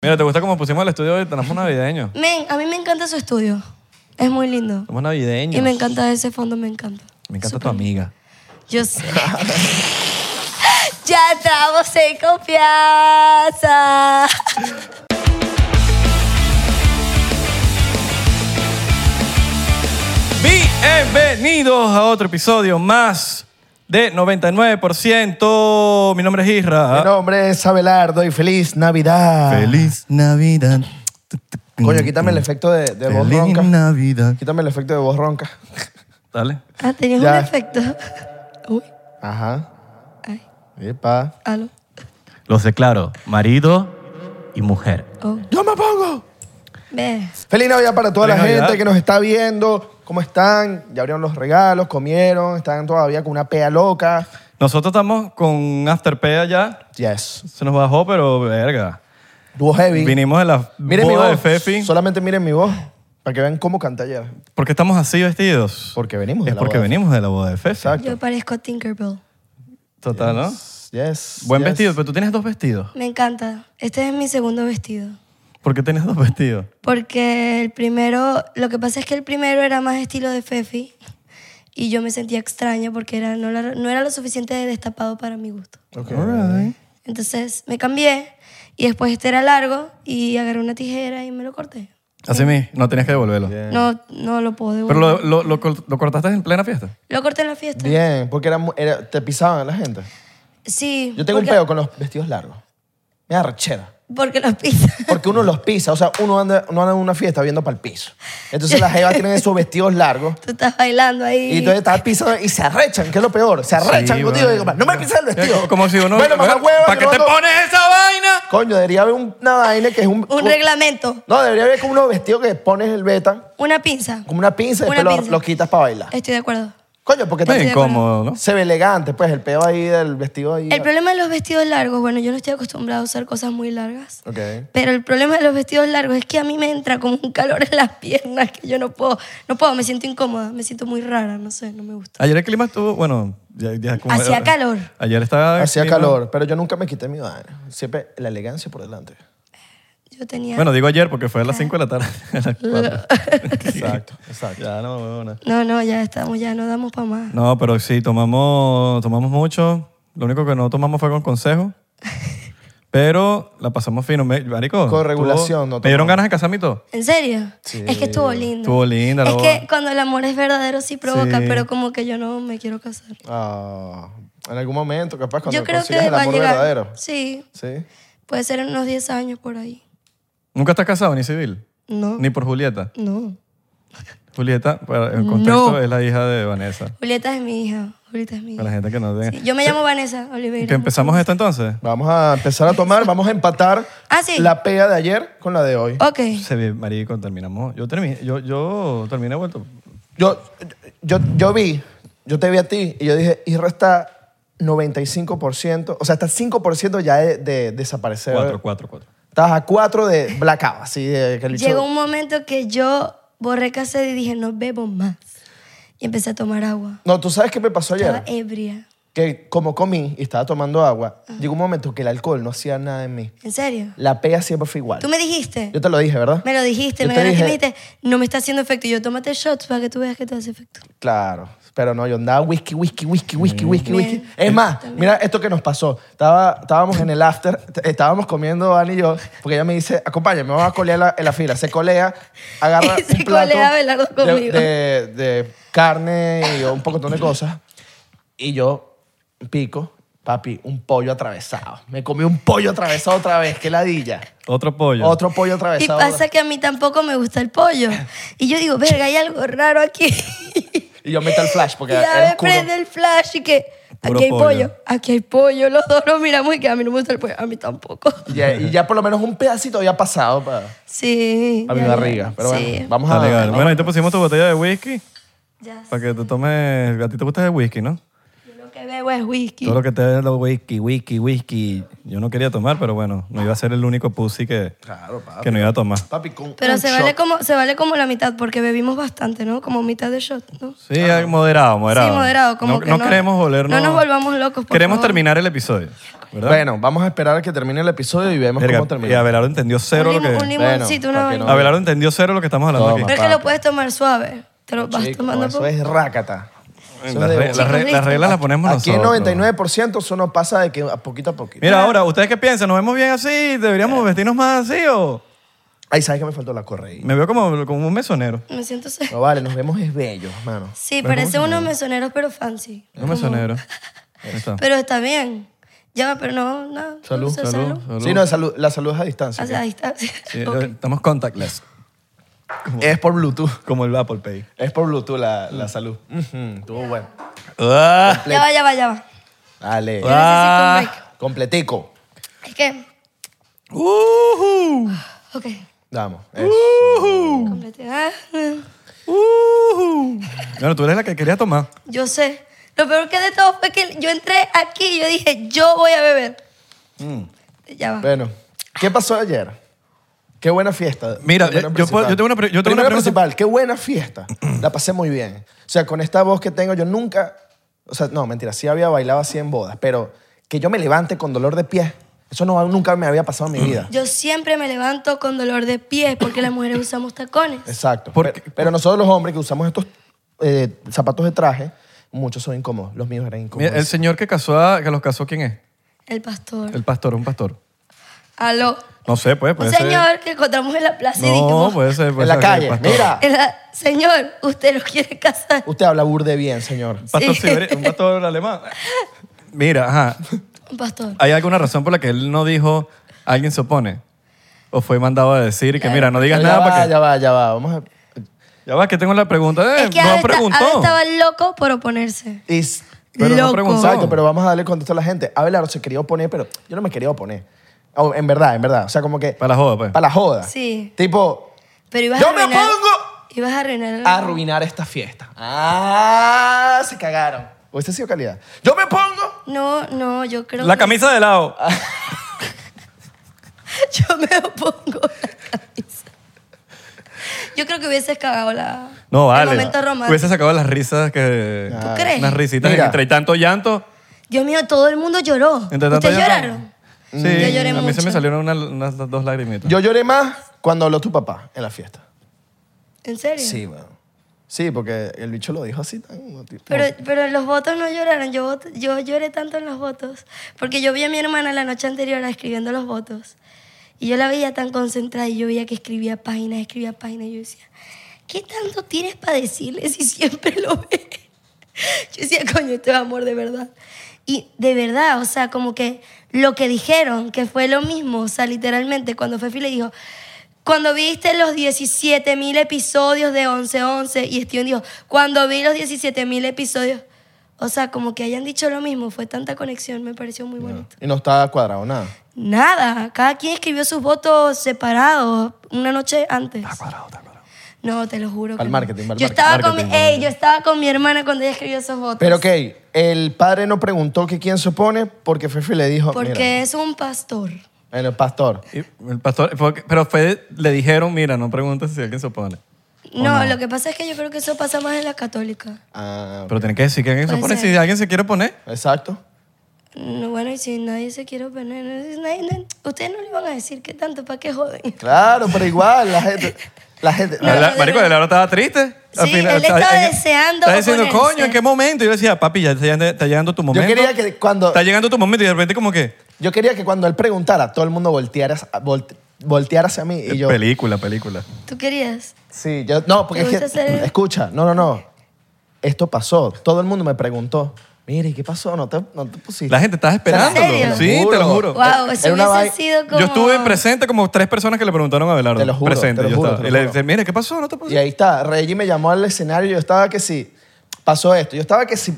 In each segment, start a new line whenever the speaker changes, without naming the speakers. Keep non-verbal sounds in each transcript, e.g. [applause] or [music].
Mira, ¿te gusta cómo pusimos el estudio hoy? Tenemos navideño.
Men, a mí me encanta su estudio. Es muy lindo.
Somos navideños.
Y me encanta ese fondo, me encanta.
Me encanta
Súper
tu amiga.
lindo.
[laughs]
Yo sé. ya estamos en confianza.
Bienvenidos a otro episodio más de 99%. Mi nombre es
Mi
Isra.
nombre es Abelardo y feliz Navidad.
Ah. Feliz Navidad.
Coño, quítame el efecto de, de voz
Feliz
ronca.
Navidad.
Quítame el efecto de voz ronca.
Dale.
Ah, tenías
Ya.
un efecto. Uy,
Ajá.
ay,
Epa.
aló.
Los declaro marido y mujer.
Oh,
¡Yo me pongo!
ve.
Feliz Navidad para toda
Feliz
la gente
Navidad.
que nos está viendo. ¿Cómo están? Ya abrieron los regalos, comieron, están todavía con una pea loca.
Nosotros estamos con Afterpay allá.
Yes.
Se nos bajó, pero verga.
Dúo heavy.
Vinimos de la
miren mi
boda
voz.
de Fefi.
Solamente miren mi voz. Para que vean cómo canta ayer.
¿Por qué estamos así vestidos?
Porque venimos de
Es
la
porque
boda.
venimos de la boda de Fefi.
Exacto.
Yo parezco Tinkerbell.
Total, ¿no?
Yes.
Buen
yes.
vestido, pero tú tienes dos vestidos.
Me encanta. Este es mi segundo vestido.
¿Por qué tienes dos vestidos?
Porque el primero, lo que pasa es que el primero era más estilo de Fefi y yo me sentía extraña porque era, no, la- no era lo suficiente destapado para mi gusto.
Ok.
Entonces me cambié y después este era largo y agarré una tijera y me lo corté.
Así mismo, no tenías que devolverlo.
No, no lo puedo devolver.
Pero lo, lo- lo cor- lo cortaste en plena fiesta.
Lo corté en la
pues.
fiesta.
Bien, porque era mu- era- te pisaban la gente.
Sí.
Yo tengo
porque,
un peo con los vestidos largos. Me da rechera.
Porque los pisa.
Porque uno los pisa, o sea, uno anda, uno anda en una fiesta viendo para el piso. Entonces las jevas tienen esos vestidos
[laughs]
largos
Tú estás bailando ahí.
y entonces estás pisando y se arrechan, que es lo peor. Se arrechan
Sí,
contigo y digo,
vale.
no me pises el vestido.
Como si uno.
Bueno, mamá hueva,
¿Para qué
no
te
ando-
pones esa vaina?
Coño, debería haber un- una vaina que es un.
Un reglamento.
No, debería haber como unos vestidos que pones el beta,
Una pinza.
como una pinza y
Una
después lo-
pinza.
los quitas para bailar.
Estoy de acuerdo.
Coño, porque
Muy
también
de acuerdo.
incómodo, ¿no?
se ve elegante, pues el peo ahí del vestido ahí.
El problema de los vestidos largos, bueno, yo no estoy acostumbrada a usar cosas muy largas.
Ok.
Pero el problema de los vestidos largos es que a mí me entra como un calor en las piernas que yo no puedo, no puedo, me siento incómoda, me siento muy rara, no sé, no me gusta.
Ayer el clima estuvo, bueno, ya, ya como- eh,
Hacía calor.
Ayer estaba. el
Hacía
clima-
calor, pero yo nunca me quité mi vaina. Siempre la elegancia por delante.
Yo tenía...
Bueno, digo ayer porque fue a las 5 de la tarde. a las cuatro.
[laughs]
[laughs] Exacto, exacto.
Ya no, huevona.
No, no, ya estamos, ya no damos para más.
No, pero sí, tomamos, tomamos mucho. Lo único que no tomamos fue con
[laughs]
consejo. Pero la pasamos fino. Me- Marico.
Con regulación, no
Me dieron
tomamos.
ganas de casarme y todo.
¿En serio? Es que estuvo lindo.
Estuvo linda la
Es
boda.
que cuando el amor es verdadero sí provoca,
Sí.
pero como que yo no me quiero casar.
Ah, en algún momento, capaz, cuando
yo creo que
consigas el
va a
amor
llegar.
verdadero.
Sí,
Sí.
puede ser en unos 10 años por ahí.
Nunca estás casado ni civil.
No,
Ni por Julieta.
no.
Julieta, para- en contexto,
No.
es la hija de Vanessa.
Julieta es mi hija, Julieta es mi
Para
hija.
la gente que no
Sí,
tiene.
Yo me llamo Vanessa Oliveira.
¿Que empezamos esto entonces?
Vamos a empezar a tomar, vamos a empatar
[laughs] Ah, sí.
la pega de ayer con la de hoy.
Ok.
Se ve, marico, terminamos. Yo terminé, yo, yo terminé vuelto.
Yo, yo, yo vi, yo te vi a ti y yo dije, Isra está 95%, o sea, está 5% ya de, de desaparecer.
Cuatro, cuatro, cuatro.
Estabas a 4 de blackout, así de que el bicho-
Llegó un momento que yo borré cassette y dije, no bebo más. Y empecé a tomar agua.
No, tú sabes qué me pasó ayer.
Estaba ebria.
Que como comí y estaba tomando agua, llegó un momento que el alcohol no hacía nada en mí.
¿En serio?
La pega siempre fue igual.
Tú me dijiste,
Yo te lo dije, ¿verdad?
me lo dijiste,
Yo
me
te
ganaste,
dije-
me dijiste, no me está haciendo efecto. Y yo, tómate shots para que tú veas que te hace efecto.
Claro, pero no, yo andaba whisky, whisky, whisky, whisky, whisky, whisky. Es más, mira esto que nos pasó. Estaba, estábamos en el after, t- estábamos comiendo Ani y yo, porque ella me dice, acompáñame, vamos a colear la- en la fila. Se colea, agarra
Y [laughs] se
un plato
colea Abelardo
de-
conmigo.
De, de carne y un pocotón de cosas. Y yo pico, papi, un pollo atravesado. Me comí un pollo atravesado otra vez, qué ladilla.
Otro pollo.
Otro pollo
Y
atravesado.
pasa que a mí tampoco me gusta el
[laughs]
pollo. Y yo digo, verga, hay algo raro aquí. [laughs]
Y yo meto el flash
Y
porque
ya
era
me
oscuro.
prende el flash y que
Puro
aquí hay
pollo.
pollo. aquí hay pollo. Los dos nos miramos y que a mí no me gusta el pollo, a mí tampoco. [laughs]
Y ya, y ya por lo menos un pedacito había pasado para...
Sí.
A mi
ya, ya.
barriga. Pero
Sí.
bueno, vamos
Está
a.
legal. Bueno, ahí te pusimos tu botella de whisky
Ya
para que te tomes. A ti te gusta el whisky, ¿no?
Yo lo que bebo es whisky.
Todo lo que te dé lo whisky, whisky, whisky. Yo no quería tomar, pero bueno, no iba a ser el único pussy que,
Claro, papi.
que no iba a tomar.
Papi, con
Pero
un
se
shot.
vale, como, se vale como la mitad, porque bebimos bastante, ¿no? Como mitad de shot, ¿no?
Sí, moderado, moderado.
Sí, moderado, como
no,
que
no
no-
queremos volvernos...
no nos volvamos locos, por
Queremos
favor.
terminar el episodio, ¿verdad?
Bueno, vamos a esperar a que termine el episodio y vemos
Verga,
cómo
y
termina.
Abelardo entendió cero
un,
lo que...
limón- un limoncito, una
Bueno, para que
vaina.
no-
Abelardo entendió cero lo que estamos hablando
Toma.
aquí.
Pero es que lo puedes tomar suave. Te lo vas
Chico,
tomando
eso
por-
es rácata.
Las,
Eso es de
re-
boca.
las re- las reglas las ponemos
Aquí el
nosotros.
99% eso no pasa de que a poquito a poquito.
Mira, ahora, ¿ustedes qué piensan? ¿Nos vemos bien así? ¿Deberíamos vestirnos más así o...?
Ay, ¿sabes que me faltó la correí?
Me veo como, como un mesonero.
Me siento... se-
No vale, nos vemos es bello, mano.
Sí, parece unos mesoneros, pero fancy.
Un [laughs] mesonero. Ahí está.
Pero está bien. Ya va, pero no, no.
Salud,
no sé,
Ah. Salud,
Sí,
salud.
no, salud- la salud es a distancia.
O sea, ahí está. [laughs]
Sí,
Ok.
eh, Estamos contactless,
Es por Bluetooth.
como el Apple Pay.
Es por Bluetooth la, la salud. Ujú, Estuvo bueno.
Ah,
Ya va, ya va, ya va.
Dale.
Yo necesito
Completico.
un break. Es que...
ujú,
Ok.
Vamos. eso.
Uh. complete. Ah,
ujú. Bueno, tú eres la que quería tomar.
Yo sé. Lo peor que de todo fue que yo entré aquí y yo dije, yo voy a beber.
Mm.
Ya va.
Bueno, ¿qué pasó ayer? Qué buena fiesta.
Mira,
Qué buena
yo- yo puedo-
principal.
yo tengo una pre- yo tengo una
Primero
pregunta.
principal, qué buena fiesta. La pasé muy bien. O sea, con esta voz que tengo, yo nunca. O sea, no, mentira, sí había bailado así en bodas, pero que yo me levante con dolor de pie, eso no, nunca me había pasado en mi vida.
Yo siempre me levanto con dolor de pies porque las mujeres usamos tacones.
Exacto.
Mm. ¿Por
pero,
qué?
pero nosotros los hombres que usamos estos eh, zapatos de traje, muchos son incómodos. Los míos eran
Mira,
incómodos.
el señor que casó a- que los casó, ¿quién es?
El pastor.
El pastor, un pastor.
Aló.
No sé, pues,
Un
puede ser.
señor que encontramos en la plaza y
No,
dijimos,
puede ser. puede
En la
ser que
calle,
el pastor.
mira.
"El- señor, usted los quiere casar.
Usted habla burde bien, señor.
Pastor
Sí.
siberi- un pastor [laughs] alemán. Mira, ajá.
Un pastor.
¿Hay alguna razón por la que él no dijo alguien se opone? ¿O fue mandado a decir que, mira, no digas
Ya
nada
va,
para que...
ya va, ya va. Vamos a...
Ya va, que tengo la pregunta. Eh,
es que
no
Abel ta-
preguntó.
Abel estaba loco por oponerse.
Es-
Pero no
loco.
preguntó.
Oh.
Exacto, pero vamos a darle contexto a la gente. Abelardo se quería oponer, pero yo no me quería oponer. O, en verdad, en verdad. O sea, como que...
Para la joda, pues.
Para la joda.
Sí.
Tipo,
Pero ibas
Yo
a
me
arruinar,
opongo.
Ibas a arruinar.
a arruinar esta fiesta. Ah, se cagaron. Hubiese sido calidad. Yo me pongo...
No, no, yo creo
La
que-
camisa de lado.
[laughs] Yo me opongo a la camisa. Yo creo que hubieses cagado la...
No, vale.
El momento romántico. Ah.
Hubiese sacado las risas que...
¿Tú crees?
Unas risitas
Mira.
entre tanto llanto.
Dios mío, todo el mundo lloró.
Entre tanto
¿Ustedes
llanto.
lloraron?
Sí,
Yo lloré
a mí se
mucho.
me salieron una- unas dos lagrimitas.
Yo lloré más cuando habló tu papá en la fiesta.
¿En serio?
Sí, weón. Sí, porque el bicho lo dijo así tan... motiv-
Pero, pero en los votos no lloraron. Yo, vot- yo lloré tanto en los votos. Porque yo vi a mi hermana la noche anterior escribiendo los votos. Y yo la veía tan concentrada y yo veía que escribía páginas, escribía páginas. Y yo decía, ¿qué tanto tienes para decirle si siempre lo [laughs] ves? [laughs] Yo decía, coño, esto es amor de verdad. Y de verdad, o sea, como que lo que dijeron, que fue lo mismo, o sea, literalmente, cuando Fefi le dijo, cuando viste los 17 mil episodios de 11-11, y Steven dijo, cuando vi los 17 mil episodios, o sea, como que hayan dicho lo mismo, fue tanta conexión, me pareció muy bonito.
Y no estaba cuadrado nada.
Nada, cada quien escribió sus votos separados una noche antes. No, te lo juro. que
Al
no.
marketing, al
yo
marketing.
estaba con mi,
Marketing,
ey, yo estaba con mi hermana cuando ella escribió esos votos.
Pero ok, el padre no preguntó que quién se opone porque Fefi
[laughs]
le dijo...
Porque
Mira,
es un pastor.
en el pastor.
Y el pastor, fue- pero fue- le dijeron, mira, no preguntes si alguien se opone. Oh,
No, lo que pasa es que yo creo que eso pasa más en la católica.
Ah,
Pero tienen que decir que alguien se
Puede
opone.
ser.
Si alguien se quiere oponer,
exacto.
No, bueno, y si nadie se quiere oponer, no- nadie- nadie- ustedes no le van a decir qué tanto, ¿para qué joden?
Claro, pero igual, la gente. La gente.
No,
Habla-
de
Marico,
verdad.
el estaba triste. Al
Sí, él estaba
está-
deseando
Estaba diciendo,
oponerse.
coño, ¿en qué momento? Y yo decía, papi, ya está llegando, está llegando tu
yo
momento.
quería que cuando.
Está llegando tu momento y de repente como que...
Yo quería que cuando él preguntara, todo el mundo volteara, volte- volteara hacia mí y yo.
Película, película.
¿Tú querías?
Sí, yo. No, porque
¿Te
es que.
gusta hacer el-
Escucha, no, no, no. Esto pasó. Todo el mundo me preguntó. Mire, ¿qué pasó? No te, no te pusiste.
La gente estaba esperándolo.
serio?
Sí, te lo juro.
Wow, eso
Era una
hubiese
vai-
sido como...
Yo estuve presente como tres personas que le preguntaron a Abelardo.
Te lo juro,
Presente,
te lo
yo
juro,
estaba.
te lo
y le
juro.
dice, mira, ¿qué pasó? ¿No te pasó?
Y ahí está. Reggie me llamó al escenario y yo estaba que sí. Pasó esto. Yo estaba que sí.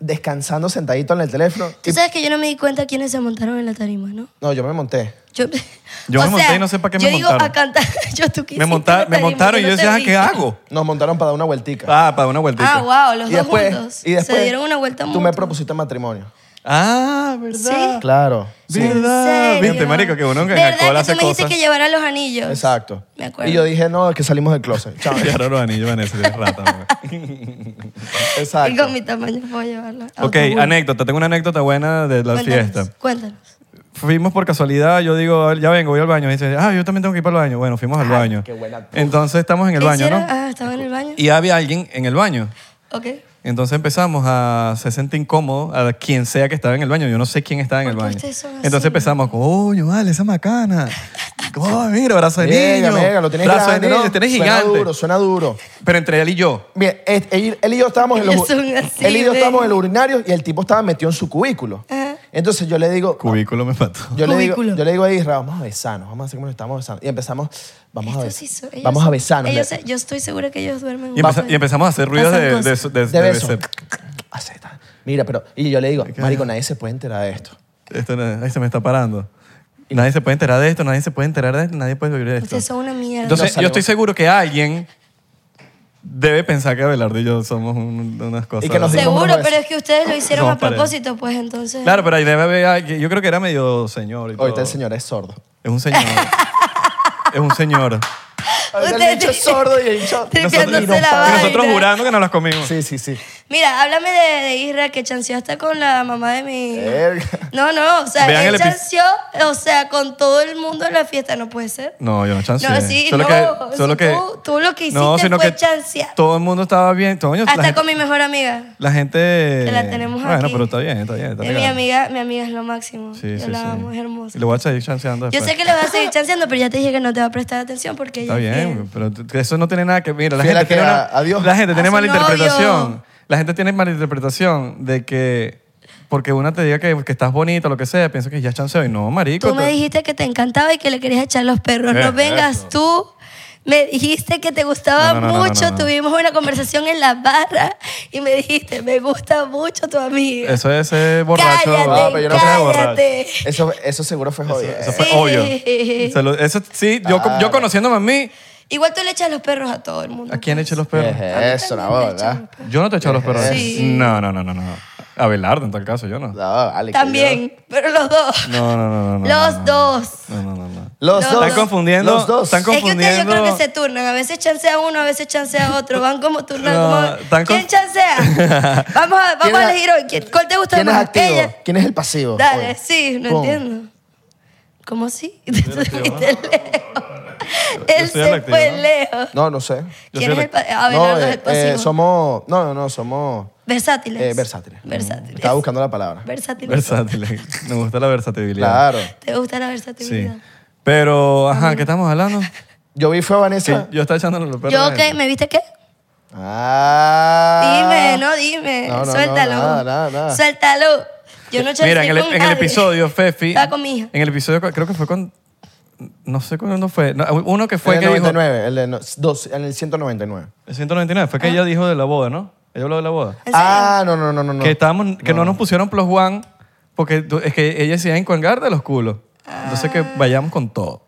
Descansando sentadito en el teléfono.
Tú sabes que yo no me di cuenta quiénes se montaron en la tarima, ¿no?
No, yo me monté.
Yo,
Yo
o
me monté
sea,
y no sé para qué me
yo digo,
montaron.
a cantar. [laughs] Yo, tú que
Me,
hiciste
monta- me
la tarima,
montaron y
no
yo
te
decía, "Ah,
vi".
¿qué hago?
Nos montaron para dar una vueltica.
Ah, para una vueltita.
Ah, wow, los
y
dos
después,
juntos.
y después
Se dieron una vuelta
tú
mutua.
me propusiste matrimonio.
Ah, ¿verdad?
Claro.
Sí. ¿Verdad?
¿En serio?
Viste, marico, que uno en
¿Verdad
Jacola
que
hace
tú me dijiste
cosas.
que llevara los anillos?
Exacto.
Me acuerdo.
Y yo dije, no, es que salimos del
[laughs]
closet. Chao.
Ya no los anillos van a ser rata. güey.
Y con
Exacto.
mi tamaño puedo llevarla.
ok, anécdota. Tengo una anécdota buena de la fiesta.
Cuéntanos.
Fuimos por casualidad, yo digo, "A ver, ya vengo, voy al baño. Y dice, ah, yo también tengo que ir para el baño. Bueno, fuimos al baño.
qué buena.
Entonces estamos en el
¿Qué
baño,
hicieron?
¿no?
Ah, estaba en el baño.
Y había alguien en el baño.
Ok.
Entonces empezamos a se sentir incómodo a quien sea que estaba en el baño. Yo no sé quién estaba en el
¿Por qué
baño.
ustedes son así?
Entonces empezamos, coño, vale, esa
[laughs]
macana. Oh, mira, brazo de
Venga,
niño.
venga, lo tenés
brazo de
grande,
niño,
¿no?
tenés
Suena
gigante.
duro, suena duro.
Pero entre él y yo.
Bien, él, él- él y yo estábamos en los,
Ellos son así,
él y yo
ven.
estábamos en los urinarios y el tipo estaba metido en su cubículo.
Ajá.
Entonces yo le digo,
Cubículo me mató.
yo le digo,
Cubículo.
yo le digo a Isra, vamos a besarnos, vamos a hacer como nos estamos besando. Y empezamos, vamos a
Estos
bes-
sí son- ellos-
vamos a besarnos.
ellos
de-
se- yo estoy segura que ellos duermen.
Y, empeza- y empezamos a hacer ruidos
Pasan
de, de,
cosas.
de-
de
de
beso.
beso.
Acepta. Mira, pero y yo le digo,
¿Qué?
marico, nadie se puede enterar de esto.
Esto no- ay, se me está parando. Nadie se puede enterar de esto, nadie se puede enterar de esto, nadie puede vivir de esto.
Ustedes son una mierda.
Entonces,
Nos
yo
salimos.
estoy seguro que alguien debe pensar que Abelardo y yo somos un- unas cosas.
que nos-
Seguro,
¿Cómo
pues.
es?
pero es que ustedes lo hicieron
No,
a
para.
propósito, pues entonces.
Claro, pero ahí debe haber alguien. Yo creo que era medio señor. Y todo.
Ahorita el señor es sordo.
Es un
[laughs]
señor. es un señor.
Ahorita
Ustedes-
el bicho es sordo y el bicho...
[laughs] Tripeándose
Y nos
la
paga.
Y nosotros
vaina.
jurando que nos las comimos.
Sí, sí, sí.
Mira, háblame de, de Isra que chanceó hasta con la mamá de mi.
Verga.
No, no, o sea,
Vean
él
el epi-
chanceó, o sea, con todo el mundo en la fiesta, no puede ser.
No, yo no chanceé.
No, sí, no, sí, tú- tú lo que hiciste fue chancear.
Todo el mundo estaba bien. Todo, la,
hasta
gente,
con mi mejor amiga.
la gente.
Que la tenemos
bueno,
aquí.
pero está bien, está bien. Está
Es mi
legal.
amiga, mi amiga es lo máximo.
Sí,
Yo
sí,
la
sí.
amo, es hermosa.
Le voy a seguir chanceando
Yo
después.
sé que le vas a seguir chanceando, pero ya te dije que no te va a prestar atención porque
Está
ella es
bien,
fiel.
pero t- eso no tiene nada que Mira, la
Fiel
gente
a que
tiene,
a-
una-
a Dios.
La gente
A
tiene
su
malinterpretación.
novio.
La gente tiene malinterpretación de que porque una te diga que, que estás bonita o lo que sea, piensa que ya es chanceo. Y no, marico.
Tú me
te-
dijiste que te encantaba y que le querías echar los perros.
Exacto.
No vengas tú. Me dijiste que te gustaba
No, no, no, no,
mucho.
no, no.
Tuvimos una conversación en la barra y me dijiste, me gusta mucho tu amiga.
Eso es ser borracho.
Cállate,
Ah, pero yo no
eso es
cállate.
borracho.
Eso, eso seguro fue jodido.
Eso fue
Sí.
obvio. Se lo- eso sí, yo, co- yo conociéndome a mí,
Igual tú le echas los perros a todo el mundo. pues.
¿a quién le eché los
¿Qué
perros?
es Eh, eso, la bola?
Yo no te he echado los perros.
Sí.
No, no, no, no, no. Abelardo, en tal caso, yo no.
No, vale, que
También, pero los dos.
No, no, no, no. no,
los
no,
dos.
No, no, no. no.
yo- Los
No,
dos.
Están confundiendo.
Los dos.
Están
Es que
confundiendo.
ustedes yo creo que se turnan. A veces chancea uno, a veces chancea otro. Van como turnan.
No,
como-
tan con- [laughs]
¿Quién chancea? vamos a,
¿Quién
vamos a
es-
elegir hoy. ¿Quién- ¿Cuál te gusta
¿Quién es
más?
activo?
Ella.
¿Quién es el pasivo?
Dale,
Oye.
sí, no
Pum.
entiendo. ¿Cómo así? [laughs] Te fuiste lejos. Él
soy el
se
activo,
fue
¿no?
lejos.
No, no sé.
Yo
¿Quién
soy
es el
el
pa- Abelardo
no,
es
eh,
el pasivo?
eh, somos. No, no, no, somos
versátiles.
eh, versátiles.
Versátiles.
Estaba buscando la palabra.
Versátiles.
Versátil. Me gusta la versatilidad.
Claro.
¿Te gusta la
Sí.
versatilidad?
Pero, ajá, ¿qué estamos
[laughs]
hablando?
Yo vi fue a
Que
Vanessa.
yo estaba echándole los perros. a
¿Yo
la
qué?
gente.
¿Me viste qué?
Ah.
Dime, no dime.
No, no, no,
Suéltalo.
nada, nada, nada.
Suéltalo. Yo no chanceé
Mira, en el,
con
en el
nadie.
episodio, Fefi.
Estaba con mi hija.
En el episodio, creo que fue con. No sé cuándo fue. no, uno que fue
en
que
el
dijo.
99, el de no- dos- en el 199.
El 199, fue que
Ah.
ella dijo de la boda, ¿no? Ella habló de la boda.
¿En serio?
Ah, no, no, no, no. no.
Que, estábamos, que no, nos pusieron plus one porque tú- es que ella se iba a encuengar de los culos. Entonces
Ah.
que vayamos con todo.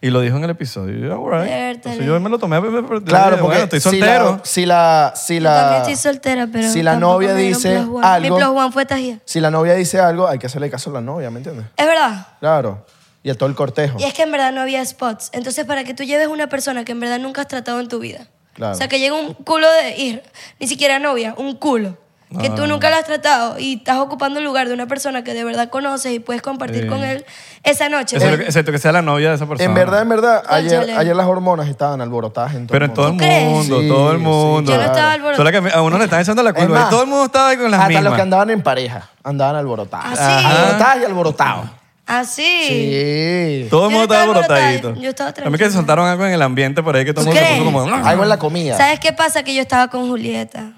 Y lo dijo en el episodio. Yo, all right.
Vértale.
Entonces yo me lo tomé. pero- pero-
Claro,
bueno,
porque
estoy
si
soltero.
la- Si la, si
Yo
la,
también estoy soltera, pero.
si la
tampoco
novia
me dieron
dice
plus one.
algo-
Mi plus one fue tajía.
si la novia dice algo, hay que hacerle caso a la novia, ¿me entiendes?
Es verdad.
Claro. Y a todo el cortejo.
Y es que en verdad no había spots. Entonces, para que tú lleves una persona que en verdad nunca has tratado en tu vida.
Claro.
O sea, que llega un culo de ir, ni siquiera novia, un culo. Que tú nunca la has tratado y estás ocupando el lugar de una persona que de verdad conoces y puedes compartir
Sí.
con él esa noche.
Excepto que- excepto que sea la novia de esa persona.
En verdad, en verdad,
Cónchale.
ayer, ayer las hormonas estaban alborotadas en todo
Pero
el
en todo el
¿Tú
mundo.
crees?
mundo,
Sí,
todo el
sí,
mundo.
Yo no estaba alborotada.
Solo que a uno le están echando la
Es
culpa.
más,
todo el mundo estaba con las
Hasta
mismas.
los que andaban en pareja andaban alborotados.
Ah, sí. Ajá.
Alborotadas y alborotados.
Así.
Sí.
Todo el mundo
Yo
estaba
no estaba
alborotadito.
alborotada, yo estaba
A mí que
tranquila.
se soltaron algo en el ambiente por ahí que todo el
¿Tú
mundo se puso
crees?
como...
Algo en la comida.
¿Sabes qué pasa? Que yo estaba con Julieta.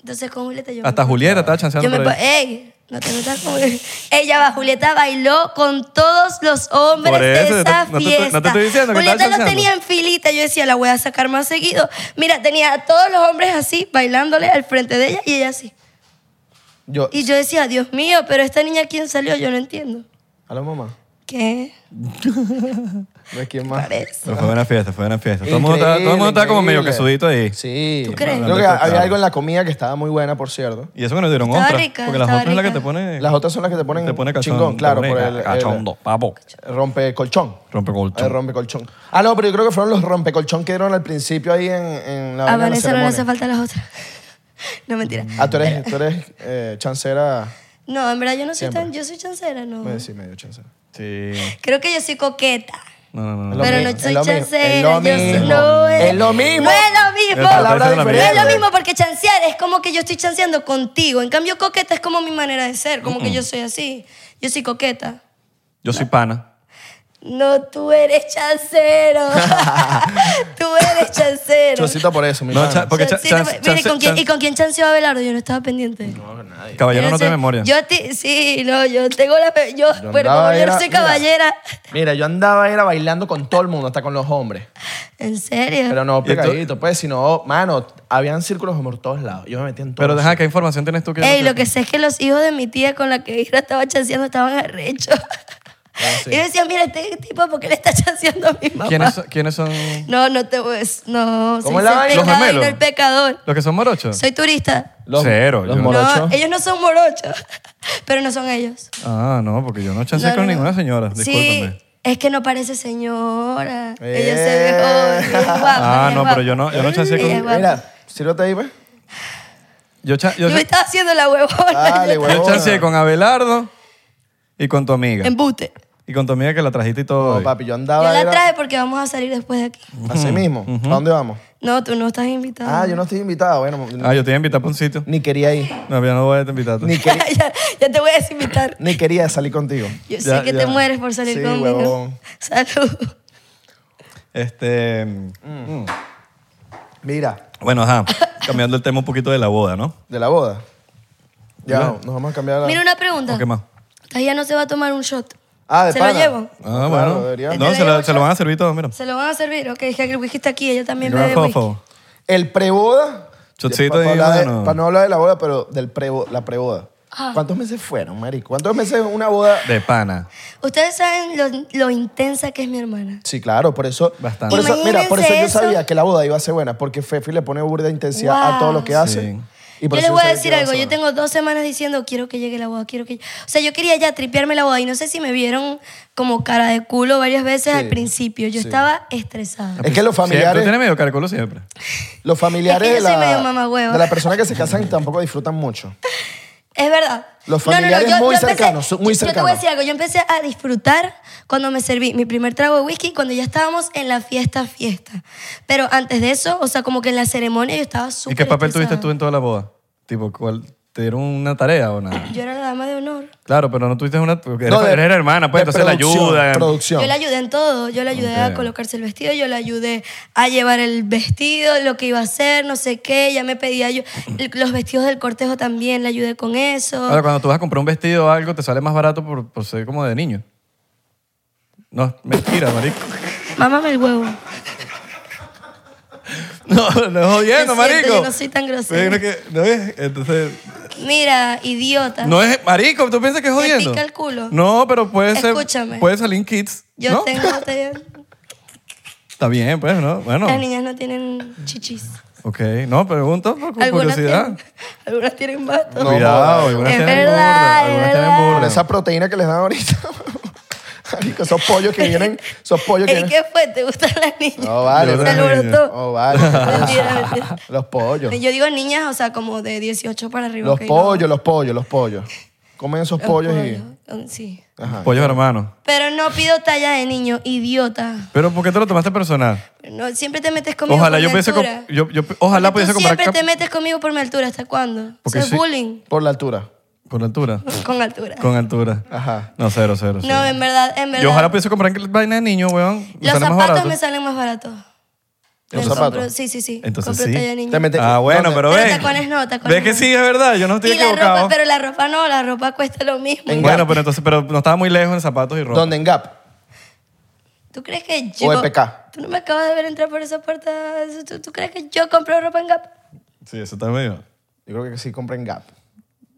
Entonces con Julieta yo... me-
"Ah", Hasta Julieta estaba chanceando
Yo me...
por ahí.
pa- ¡Ey! No te metas con... Ella va, Julieta bailó con todos los hombres
Por eso,
de
te- no
esa
te- no te
fiesta.
estoy diciendo que
Julieta
estaba
los
chanceando.
tenía en filita. Yo decía, la voy a sacar más seguido. Mira, tenía a todos los hombres así, bailándole al frente de ella y ella así.
Yo,
Y yo decía, Dios mío, pero esta niña, ¿quién salió? Yo no entiendo.
a la mamá.
¿Qué?
¿De quién más?
Parece.
Pero fue una fiesta, fue una fiesta. Todo el mundo estaba, todo el mundo estaba como medio
Increíble,
quesudito ahí.
Sí.
¿Tú crees?
Creo que había algo en la comida que estaba muy buena, por cierto.
Y eso que nos dieron
Estaba
otra.
rica,
porque las
estaba
otras es la que
rica.
te pone.
Las otras son las que te ponen,
te pone cachón,
chingón,
te
claro,
pone
por el, el-
cachondo, papo.
rompe colchón.
Rompe
El
colchón.
rompecolchón. Ah, no, pero yo creo que fueron los rompecolchón que dieron al principio ahí en, en la
A
vaina de
Vanessa
la
no le hace
ceremonia.
falta las otras. [laughs] No, mentira.
Mm.
Ah, tú eres, tú eres eh, chancera.
No, en verdad yo no soy
Siempre.
tan... Yo soy chancera, no.
Medio, sí, medio chancera.
Sí.
Creo que yo soy coqueta.
No, no, no.
lo
Pero
mismo,
no soy
es lo mismo,
chancera.
es lo
yo soy-
mismo,
no,
es lo mismo.
No es lo mismo.
Pero
palabra
parece la
No
diferente.
es
mierda.
lo mismo porque chancear es como que yo estoy chanceando contigo. En cambio, coqueta es como mi manera de ser, como que yo soy así. Yo soy coqueta.
Yo soy pana.
No, tú eres
[laughs]
chancero. tú eres chancero.
Chocito por eso, mi
No,
pana.
cha- porque cha-
Chancero,
chance-
mire,
chance-
¿con quién-
chance-
¿Y con quién chanceó Abelardo? Yo no estaba pendiente.
Caballero no
sé,
tiene memoria.
Yo ti- sí, no, yo tengo la. Yo,
Yo
bueno,
andaba
como yo
era-
no soy
mira.
caballera. [laughs]
Mira, yo andaba era bailando con todo el mundo, hasta con los hombres.
¿En serio?
Pero no
[laughs] Y entonces-
pegadito, pues, sino, mano, habían círculos por todos lados. Yo me metía en todos.
Pero deja, ¿qué información tienes tú que yo no
Ey, lo
tengo?
que sé es que los hijos de mi tía con la que yo estaba chanceando estaban arrechos.
Ah,
sí.
Y [laughs] yo decía, mira, este tipo, ¿por qué le está chanceando a mi mamá?
¿Quiénes, son- ¿Quiénes son
No, no te voy a decir- No,
¿Cómo
soy
la
Los
el
vaina?
pecado y
gemelos.
no el pecador.
los que son morochos?
Soy turista.
Los,
Cero,
Los
yo-
No,
morochos.
ellos no son morochos, [laughs] pero no son ellos.
Ah, no, porque yo no chancé
No,
con
no, no.
ninguna señora.
Sí,
Discúlpame.
es que no parece señora.
Eh.
Ella se ve joven, ella es guapa,
Ah,
ella es
no,
guapa.
pero yo no, yo no chancé
Ella es
con.
guapa.
Mira, sírvete ahí, pues.
Yo, cha- yo,
Yo me estaba haciendo la huevona.
Dale,
yo
huevón.
chancé con Abelardo y con tu amiga.
Embute.
Y con tu amiga que la trajiste y todo.
No,
hoy.
papi, yo
Yo
andaba.
la
era-
traje porque vamos a salir después de aquí.
Así mismo. ¿A dónde vamos?
No, tú no estás invitado. [laughs]
Ah, yo no estoy invitado. Bueno,
Ah, yo te iba a invitar para un sitio.
ni quería ir.
No, ya no voy a invitarte.
Ni, quería
ya, ya te voy a desinvitar.
ni quería salir contigo.
Yo
Ya,
sé que
ya.
te mueres por salir
Sí,
conmigo.
huevón.
[laughs] Salud.
Este.
Mira,
Bueno, ajá. Cambiando el tema un poquito de la boda, ¿no?
de la boda. Ya,
Ya.
nos vamos a cambiar la.
Mira una pregunta.
¿O qué más?
Todavía no se va a tomar un shot.
Ah, de
¿Se
pana.
lo llevo?
Ah,
Claro,
bueno.
deberíamos.
No,
¿Te
se
lo
lo,
llevo
se
Este yo?
lo van a servir todos, mira.
¿Se lo van a servir? Ok, es que el whisky está aquí, ella también
Gran
bebe whisky.
fofo.
El preboda.
Chocito
para,
ahí,
hablar de-
mano.
para no hablar de la boda, pero del prebo, la preboda.
Ah.
¿Cuántos meses fueron, marico? ¿Cuántos meses una boda?
De pana.
Ustedes saben lo, lo intensa que es mi hermana.
Sí, claro, por eso.
Bastante.
Por eso, mira, por eso,
Imagínense
yo sabía
eso.
que la boda iba a ser buena, porque Fefi le pone burda de intensidad a
Wow.
todo lo que hace.
Sí.
Y por
yo
eso
les voy a
sabía que
decir
iba
algo.
ser
Yo
buena.
tengo dos semanas diciendo, quiero que llegue la boda, quiero que... O sea, yo quería ya tripearme la boda y no sé si me vieron como cara de culo varias veces
Sí.
al principio. Yo estaba estresada.
Es que
Siempre, tú
los familiares,
tienes medio cálculo siempre.
los familiares
Es que
de
yo soy medio
la,
mamahueva.
de la persona que se casan tampoco disfrutan mucho.
Es verdad.
Los familiares muy cercanos, son muy
yo- Yo te voy
cercanos.
a decir algo. Yo empecé a disfrutar cuando me serví mi primer trago de whisky, cuando ya estábamos en la fiesta, fiesta. Pero antes de eso, o sea, como que en la ceremonia yo estaba súper
¿Y qué papel tuviste
estresada.
tú en toda la boda? Tipo, ¿cuál, ¿te dieron una tarea o nada?
Yo era la dama de honor.
Claro, pero no tuviste una... Porque eres,
No, de-
eres hermana, pues,
de
entonces la
producción,
ayuda.
Producción.
Yo la ayudé en todo. Yo la ayudé
Ok.
a colocarse el vestido, yo la ayudé a llevar el vestido, lo que iba a hacer, no sé qué. Ya me pedía yo los vestidos del cortejo también, la ayudé con eso.
Ahora, cuando tú vas a comprar un vestido o algo, te sale más barato por, por ser como de niño. No, mentira, marico.
Mámame el huevo.
[laughs] No, no es jodiendo,
Lo siento,
marico.
yo no soy tan grosera.
Yo creo que- ¿no ves? Entonces,
Mira, idiota.
no es... Marico, ¿tú piensas que es
Me
jodiendo?
Ah. pica el culo.
No, pero puede ser...
Escúchame.
Puede salir en kids,
Yo
¿no? [laughs]
tengo botella-
Está bien, pues, ¿no? Bueno,
Las niñas no tienen chichis.
ok. No, pregunto por
Algunas
curiosidad.
tienen, [laughs] algunas tienen vato.
No,
Cuidado,
joder.
algunas
Es
tienen
verdad,
burda,
es
algunas tienen
verdad.
burda.
Con esa proteína que les dan ahorita. [laughs] Marico, esos pollos que vienen. Esos pollos que
Ey,
vienen.
¿Qué fue? ¿Te gustan las niñas?
No vale,
Se
bro.
alborotó.
No
Oh. [laughs]
vale.
Mentira, mentira.
los pollos.
Yo digo niñas, o sea, como de 18 para arriba.
Los
ok, no.
pollos, los pollos, los pollos. Comen esos
Los
pollos,
pollos, um, Sí.
y. Ajá.
Pollos hermanos.
Pero no pido talla de niño, idiota.
Pero ¿por qué te lo tomaste personal?
No, siempre te metes conmigo
Ojalá
por
yo
mi
pudiese...
altura.
comp- yo- yo- Ojalá
Porque
pudiese
tú
comprar...
siempre te
cap-
metes conmigo por mi altura. ¿Hasta cuándo?
Porque
Eso es
sí.
bullying. [laughs]
Por la altura.
Con altura.
Con altura.
Con altura.
Ajá.
No, cero, cero. cero.
No, en verdad, en verdad.
Yo ojalá pudiese comprar vaina de niño, weón. Me
Los
sale más
zapatos
barato.
me salen más baratos.
¿Los
Me
zapatos?
compro- sí, sí, sí.
Entonces
Compro
sí.
talla de niño.
Te metes-
Ah, bueno,
No,
pero
pero
ves.
tacones no, tacones
Ves que
no.
sí, es verdad. Yo no estoy
y la
equivocado.
ropa, pero la ropa no, la ropa cuesta lo mismo.
En-
Bueno, pero entonces, pero no estaba muy lejos en zapatos y ropa.
¿Dónde? En Gap.
¿Tú crees que yo...
EPK.
Tú no me acabas de ver entrar por esa puerta. ¿Tú, tú crees que yo compro ropa en Gap?
Sí, eso está medio.
Yo creo que sí compré en Gap.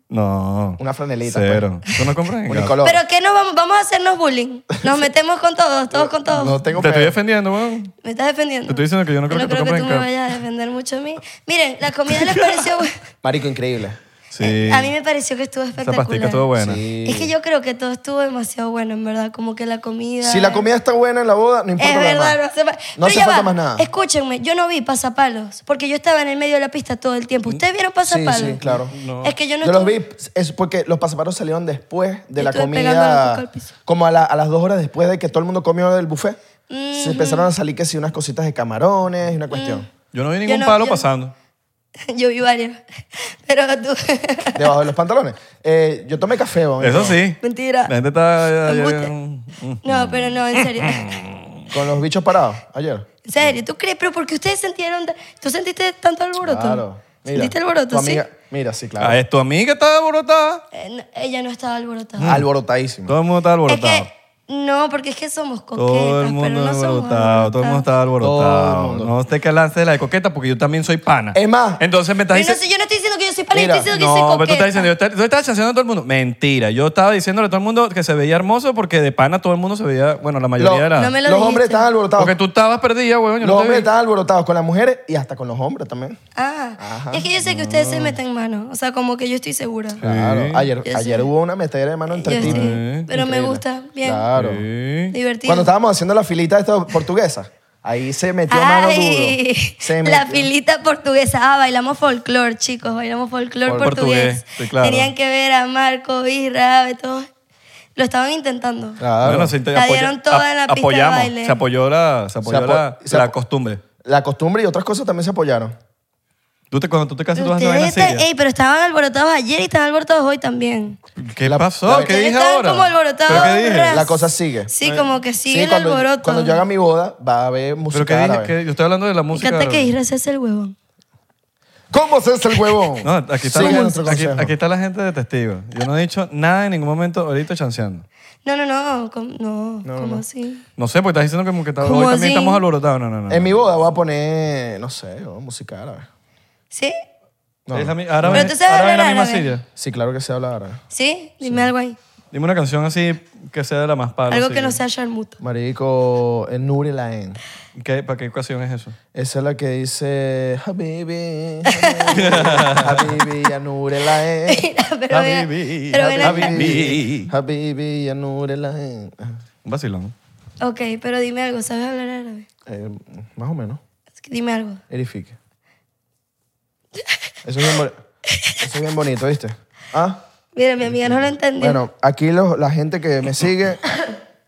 No.
Una franelita, pues.
Cero. ¿Tú no compras en Gap?
Unicolor.
Pero que nos vamos, vamos a hacernos bullying. Nos metemos con todos, todos con todos.
No tengo
Te estoy
pedo.
defendiendo, weón.
Me estás defendiendo.
Te estoy diciendo que yo no creo que tú compres
tú
en
me
Gap.
vayas a defender mucho a mí. Miren, la comida
[laughs]
les pareció bu-
Marico, increíble.
Sí.
Eh, A mí me pareció que estuvo
Esa
espectacular.
pastica estuvo buena.
Sí.
Es que yo creo que todo estuvo demasiado bueno, en verdad. Como que la comida.
Si la comida está buena en la boda, no importa
Es
lo
verdad, no
demás.
hace, fa- Pero
No hace
ya
falta
va.
más nada.
Escúchenme, yo no vi pasapalos, porque yo estaba en el medio de la pista todo el tiempo. ¿Ustedes vieron pasapalos?
Sí, sí, claro.
No.
Es que yo no
Yo los
estuve-
vi, es porque los pasaparos salieron después de
Yo
la
estuve pegando la boca
comida,
al piso.
como a, la- a las dos horas después de que todo el mundo comió del buffet. Se empezaron a salir que sí, unas cositas de camarones y una cuestión.
Yo no vi ningún
no-
palo
yo-
pasando.
Mm, [laughs] Yo vi varios. Pero tú. [laughs]
Debajo de los pantalones. Eh, yo tomé café, weón.
Eso sí.
Mentira.
La gente está...
Embute.
Mm.
No, pero no, en serio.
Con los bichos parados, ayer.
En serio, ¿tú crees? Pero porque ustedes sintieron. ta- ¿Tú sentiste tanto alboroto?
Claro. Mira,
¿Sentiste
tu
alboroto? Sí.
amiga- Mira, sí, claro.
Ah, es tu amiga que está alborotada.
Eh, no, ella no estaba alborotada.
Alborotadísimo.
Todo el mundo está
es
alborotado.
que. No, porque es que somos coquetas,
Todo el
pero
mundo
no somos
alborotado, todo el mundo
alborotadas.
está alborotado.
Todo el mundo.
No te calaste de la de coqueta porque yo también soy pana.
Es más-
entonces me estás
Pero no
diciendo.
sé, yo no estoy diciendo que yo soy pana, yo
Mira,
estoy diciendo que yo soy
No,
coqueta.
pero tú estás diciendo, yo está- tú estás chanceando a todo el mundo. Mentira, yo estaba diciéndole a todo el mundo que se veía hermoso porque de pana todo el mundo se veía, bueno, la mayoría
Lo-
era.
no me lo
los hombres
dijiste.
están alborotados.
porque tú estabas perdida, weón. Yo
los
no te
hombres
vi.
están alborotados con las mujeres y hasta con los hombres también.
Ah, es que yo sé que ustedes se meten mano. O sea, como que yo estoy segura.
Claro. Ayer,
Yo
ayer
sí.
hubo una metedera de mano entre
Yo
ti.
sí.
Increíble.
Pero me gusta. Bien.
Claro.
Sí.
Divertido.
Cuando estábamos haciendo la filita esta portuguesa, ahí se metió mano
Ay,
duro. Se
la
metió.
filita portuguesa. Ah, bailamos folclore, chicos. Bailamos folclore
Fol-
portugués.
portugués, sí, claro.
Tenían que ver a Marco, Isra, todos. Lo estaban intentando.
Claro.
Bueno, se inte-
La
apoya-
dieron toda en la pista de
apoyamos.
baile.
Se apoyó la, se apoyó
Se apo-
la,
se
la
apo-
costumbre.
La costumbre y otras cosas también se apoyaron.
Tú te, cuando tú te casas, tú vas a una vaina
Ustedes están-
seria.
ey, pero estaban alborotados ayer y están alborotados hoy también.
¿Qué
La-
pasó?
la-
¿Qué
Ustedes
dije
estaban
ahora?
como alborotados,
¿Pero qué dije?
ras.
La cosa sigue.
Sí, como que sigue el
cuando,
alboroto.
cuando yo haga mi boda, va a haber
¿Pero
música
qué dije?
árabe.
¿Qué? Yo estoy hablando de la
Me
música.
encanta que
árabe.
Isra se hace el huevón.
¿Cómo se hace el
[laughs]
huevón?
No, aquí está,
Sigue
la,
nuestro
aquí,
consejo.
aquí está la gente de testigo. Yo no he dicho nada en ningún momento ahorita chanceando.
No, no, no, com- no, ¿cómo así?
No sé, porque estás diciendo como que está-
¿Cómo
hoy también
así?
estamos alborotados. No, no, no.
En mi boda voy a poner, no sé, oh, música árabe.
¿Sí?
Es la mi- árabe,
Pero tú sabes
árabe es la
hablar
misma
árabe.
siria.
Sí, claro que se habla árabe.
¿Sí? Dime algo ahí.
Dime una canción así que sea de la más pala.
algo
así.
que no
[laughs]
sea charmuto.
Marico, en Nuri Laen.
¿Qué- ¿Para qué ocasión es eso?
Esa es la que dice Habibi,
[laughs]
Habibi, Habibi, Nuri Laen.
Eh,
[laughs] Mira, pero vean-
Habibi,
pero ven acá.
Habibi.
Habibi, Nuri Laen.
Un vacilón.
Ok, pero dime algo, ¿sabes hablar árabe?
Eh, más o menos.
Es que Dime algo.
Edifique.
[laughs]
Eso es bien, bo- eso es bien bonito, ¿viste? Ah,
Mira, mi amiga no lo entendió.
bueno, aquí los- la gente que me sigue,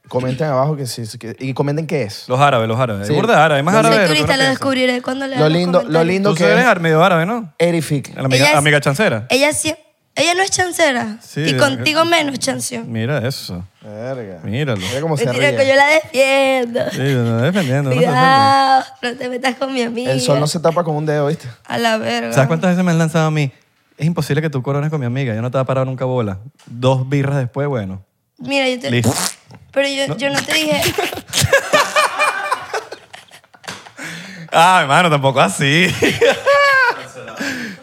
comenten abajo que sí, que- y comenten qué es.
Los árabes, los árabes.
Sí.
Es burda de árabe, es más
Soy
árabe. de lo que
turista,
uno
lo
piensa.
descubriré cuando le
Lo lindo, lo lindo
Tú
que es
eres medio árabe, ¿no?
Edifique.
La amiga,
Ella es-
amiga chancera.
Ella sí, ella no es chancera.
Sí,
y
de-
contigo menos chanción.
Mira eso.
Verga.
Míralo.
Mira cómo se
Mentira, que yo
ríe.
la defiendo.
Sí, lo está defendiendo. no te ofendas.
Cuidado, no te metas con mi amiga.
El sol no se tapa con un dedo, ¿viste?
A la verga.
¿Sabes cuántas veces me han lanzado a mí? Es imposible que tú corones con mi amiga. Yo no te voy a parar nunca bola. Dos birras después, bueno.
Mira, yo te...
Listo.
Pero yo no, yo no te dije...
Ah, hermano, tampoco así. [laughs]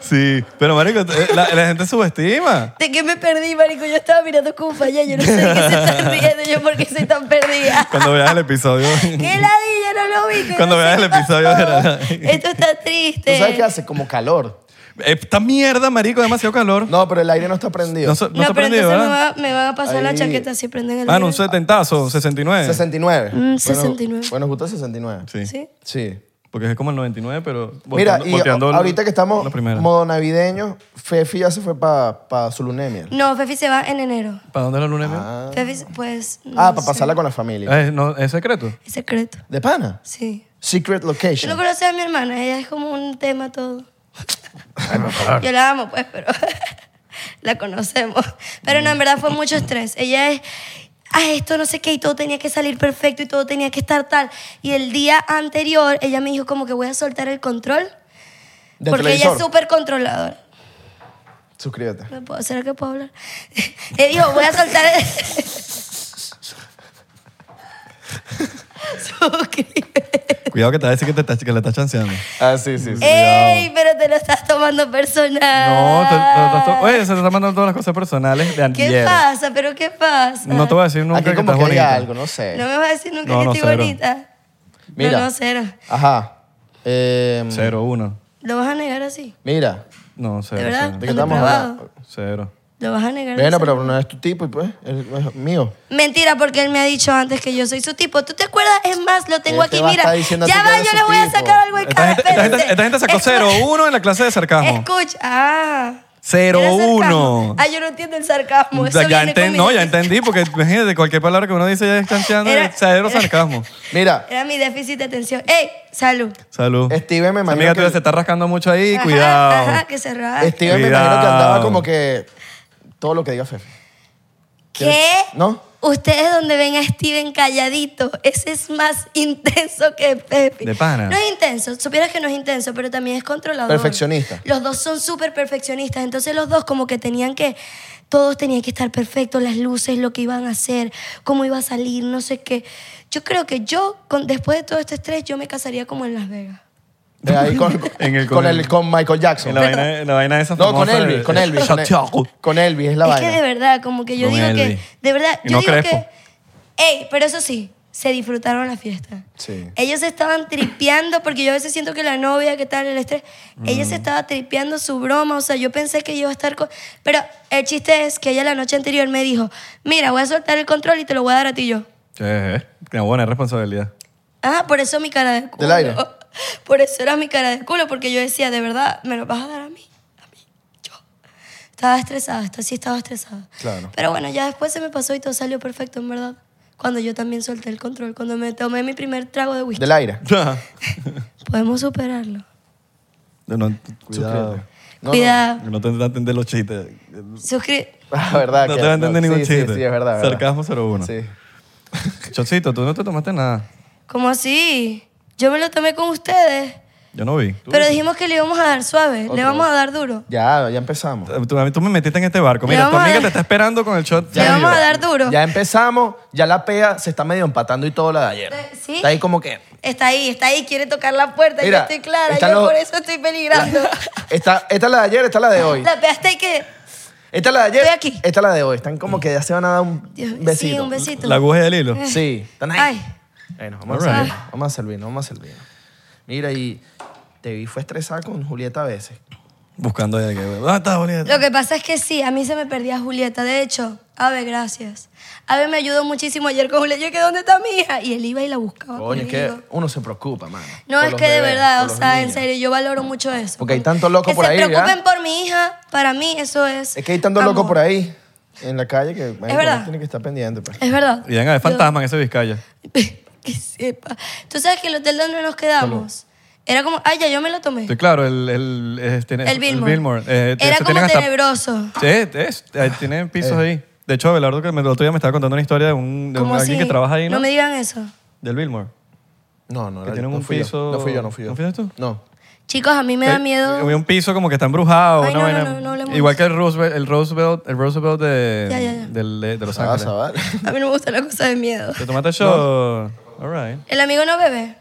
sí. Pero, marico, eh, la, la gente subestima.
¿De qué me perdí, marico? Yo estaba mirando como falla. Yo no sé de qué se
[laughs]
están riendo. Yo por qué soy tan perdida.
Cuando veas el episodio.
¿Qué ladilla? No lo vi.
Cuando veas el episodio, verás.
Esto está
¿Tú
triste.
sabes qué hace? Como calor.
Esta mierda, marico, demasiado calor. No,
No, pero el aire no está prendido.
se- no
No,
está
pero entonces
prendido,
me,
¿verdad?
va- me van a pasar la
Ahí.
chaqueta si prenden el
Ah, no, un
video.
setentazo, un 69.
69.
Mm, 69.
Bueno, bueno, justo 69.
Sí.
¿Sí?
Sí.
Porque es como el 99, pero.
Mira,
volteando-
y
volteando
ahorita que estamos
la primera.
modo navideño, Fefi ya se fue para pa Zulunemia.
No, Fefi se va en enero.
¿Para dónde es la luna de miel?
Fefi, se- pues... no
Ah, para
sé.
pasarla con la familia.
Eh, no, es secreto.
Es secreto,
¿De pana?
sí.
Secret
Tú no
location.
conoces a mi hermana. Ella es como un tema todo. Yo la amo, pues, pero [laughs] la conocemos. Pero no, en verdad fue mucho estrés. Ella es, ah, esto no sé qué, y todo tenía que salir perfecto y todo tenía que estar tal. Y el día anterior, ella me dijo como que voy a soltar el control,
Del
porque ella
televisor.
es súper controladora.
Suscríbete.
¿Me puedo- ¿Será que puedo hablar? [laughs] Ella dijo, voy a soltar el... [laughs] Suscríbete.
Cuidado que te va a decir que, te está, que la estás chanceando.
[laughs]
Ah, sí, sí, sí.
¡Ey! Pero te te lo estás tomando personal.
No, te- te- te- te- oye, se te están mandando todas las cosas personales de
Ah. ¿Qué
antier.
pasa? ¿Pero qué pasa?
No te voy a decir nunca
Aquí
que
como
estás
que diga
bonita.
algo, no sé.
No me vas a decir nunca
No,
que
no,
estoy
cero.
bonita.
Mira.
No, no, cero.
Ajá. Em,
Cero, uno.
¿Lo vas a negar así?
Mira.
No, cero.
¿De verdad?
cero.
¿De
¿De
qué estamos hablando?
Cero.
¿Lo vas a negar
Bueno,
así?
pero no es tu tipo y pues, es- es mío.
Mentira, porque él me ha dicho antes que yo soy su tipo. ¿Tú te acuerdas? Es más, lo tengo
Él te
aquí,
Este va a
mira.
estar diciendo a ti
Ya
que
va,
eres
yo
su
le voy a
tipo.
sacar algo en
Esta
cara.
gente, esta gente-
espérense.
esta gente sacó
Pues Escu-
cero, uno en la clase de sarcasmo.
Escucha, ah.
Cero,
Era sarcasmo.
uno.
Ah, yo no entiendo el sarcasmo. Eso
Ya- ya
viene
enten-
con mi
no, ya
déficit.
entendí, porque imagínate, cualquier palabra que uno dice ya es chanceando,
Era-
es cero
era-
sarcasmo.
Mira,
Era mi déficit de atención. ¡Ey! ¡Salud!
Salud.
Steven,
Esa
me imagino
Amiga
que-
tuya se está rascando mucho ahí,
Ajá,
cuidado.
Ajá, que se rasca.
Steven me imagino que
Cuidado.
andaba como que todo lo que diga Fefe.
¿Qué?
¿No?
Ustedes donde ven a Steven calladito, ese es más [laughs] intenso que Pepe.
De pana.
No es intenso, supieras que no es intenso, pero también es controlador.
Perfeccionista.
Los dos son súper perfeccionistas, entonces los dos como que tenían que, todos tenían que estar perfectos, las luces, lo que iban a hacer, cómo iba a salir, no sé qué. Yo creo que yo, con- después de todo este estrés, yo me casaría como en Las Vegas.
De ahí con,
[laughs] En el-
con, el- con Michael Jackson.
En la vaina, en la vaina esa
No,
famosa.
con
de-
Elvis, con Elvis. Con, Elvis, con Elvis es la
es
vaina.
que de verdad, como que yo
Don
digo
Elvis.
que, de verdad,
Y
yo
no
digo
Crespo.
que, ey, pero eso sí, se disfrutaron la fiesta.
Sí.
Ellos estaban tripeando, porque yo a veces siento que la novia, que tal, el estrés, ella
Mm.
se estaba tripeando su broma, o sea, yo pensé que yo iba a estar con... Pero el chiste es que ella la noche anterior me dijo, mira, voy a soltar el control y te lo voy a dar a ti yo.
Che, una buena responsabilidad.
Ah, por eso mi cara de culo.
Del aire.
[laughs] Por eso era mi cara de culo, porque yo decía, de verdad, ¿me lo vas a dar a mí? A mí, yo. Estaba estresada, esto sí estaba estresada.
Claro.
Pero bueno, ya después se me pasó y todo salió perfecto, en verdad. Cuando yo también solté el control, cuando me tomé mi primer trago de whisky.
Del aire.
Podemos superarlo.
No, no,
Suscríbete. No, [laughs]
Cuidado.
No te van a entender los chistes.
Suscri-
no. Ah, verdad.
No
que-
te va a entender ningún
sí,
chiste.
Sí, sí, es verdad. verdad.
Sarcasmo 01.
Sí.
Chocito, tú no te tomaste nada.
¿Cómo así? Yo me lo tomé con ustedes.
Yo no vi. Tú,
Pero dijimos que le íbamos a dar suave, le vamos a dar duro.
Ya, ya empezamos.
tú- a mí- tú me metiste en este barco.
Le
Mira, tu
vamos a
amiga
dar-
te está esperando con el shot.
Ya. Le vamos a dar duro.
Ya empezamos, ya la pea se está medio empatando y todo la de ayer.
Eh, sí.
Está ahí como que...
Está ahí, está ahí, quiere tocar la puerta,
Mira,
yo estoy clara,
están
yo
los-
por eso estoy
[laughs]
peligrando.
Esta, esta es la de ayer, esta es la de hoy.
La peaste y que...
Esta es la de ayer.
Estoy aquí.
Esta es la de hoy. Están como que ya se van a dar un
Dios,
besito.
Sí, un besito.
La aguja y el hilo.
Sí, están ahí.
Ay,
Bueno, vamos
All
a
right.
servir, vamos a servir, vamos a servir. Mira, y te vi fue estresada con Julieta a veces.
Buscando de que. ¿Dónde está, Julieta?
lo que pasa es que sí, a mí se me perdía Julieta. De hecho, Ave, gracias. Ave me ayudó muchísimo ayer con Julieta. Yo que ¿dónde está mi hija? Y él iba y la buscaba.
Coño, es que
conmigo.
uno se preocupa, mano.
No,
por
es
los
que de
bebés,
verdad,
por
o
los
sea, en
niños.
serio, yo valoro mucho eso.
Porque hay tanto loco
que
por ahí,
se
¿verdad?
preocupen por mi hija, para mí eso es...
Es que hay tanto loco
amor.
por ahí en la calle que marico, uno
verdad.
tiene que estar pendiente. Pues.
Es verdad.
Y venga, es fantasma en ese Vizcaya.
[laughs] que sepa. Tú sabes que el hotel donde nos quedamos era como, ay, ya yo me lo tomé.
Estoy claro, el. El, es- tiene-
El Billmore.
eh, te-
Era
se
como
tienen hasta-
tenebroso.
Sí, es, eh, tiene pisos ahí. De hecho, Abelardo, que me- el otro día me estaba contando una historia de, un, de un-
Como
alguien
así.
que trabaja ahí, ¿no?
me digan eso.
Del Billmore.
No, no,
Que
no,
tienen
no
un
fui
piso-
Yo. No fui yo, no fui yo.
¿No fuiste tú?
No.
Chicos, a mí me da
Que-
miedo.
Eh, Había un piso como que está embrujado.
Ay,
una
no,
vaina-
no, no, no hablemos
Igual
de
que el Roosevelt, el Roosevelt, el Roosevelt de,
Ya, ya, ya.
del- de, de Los
Ah,
Ángeles.
sabal.
A mí no me gusta la cosa de miedo.
¿Te tomaste shot? All right. [laughs]
El amigo no bebe.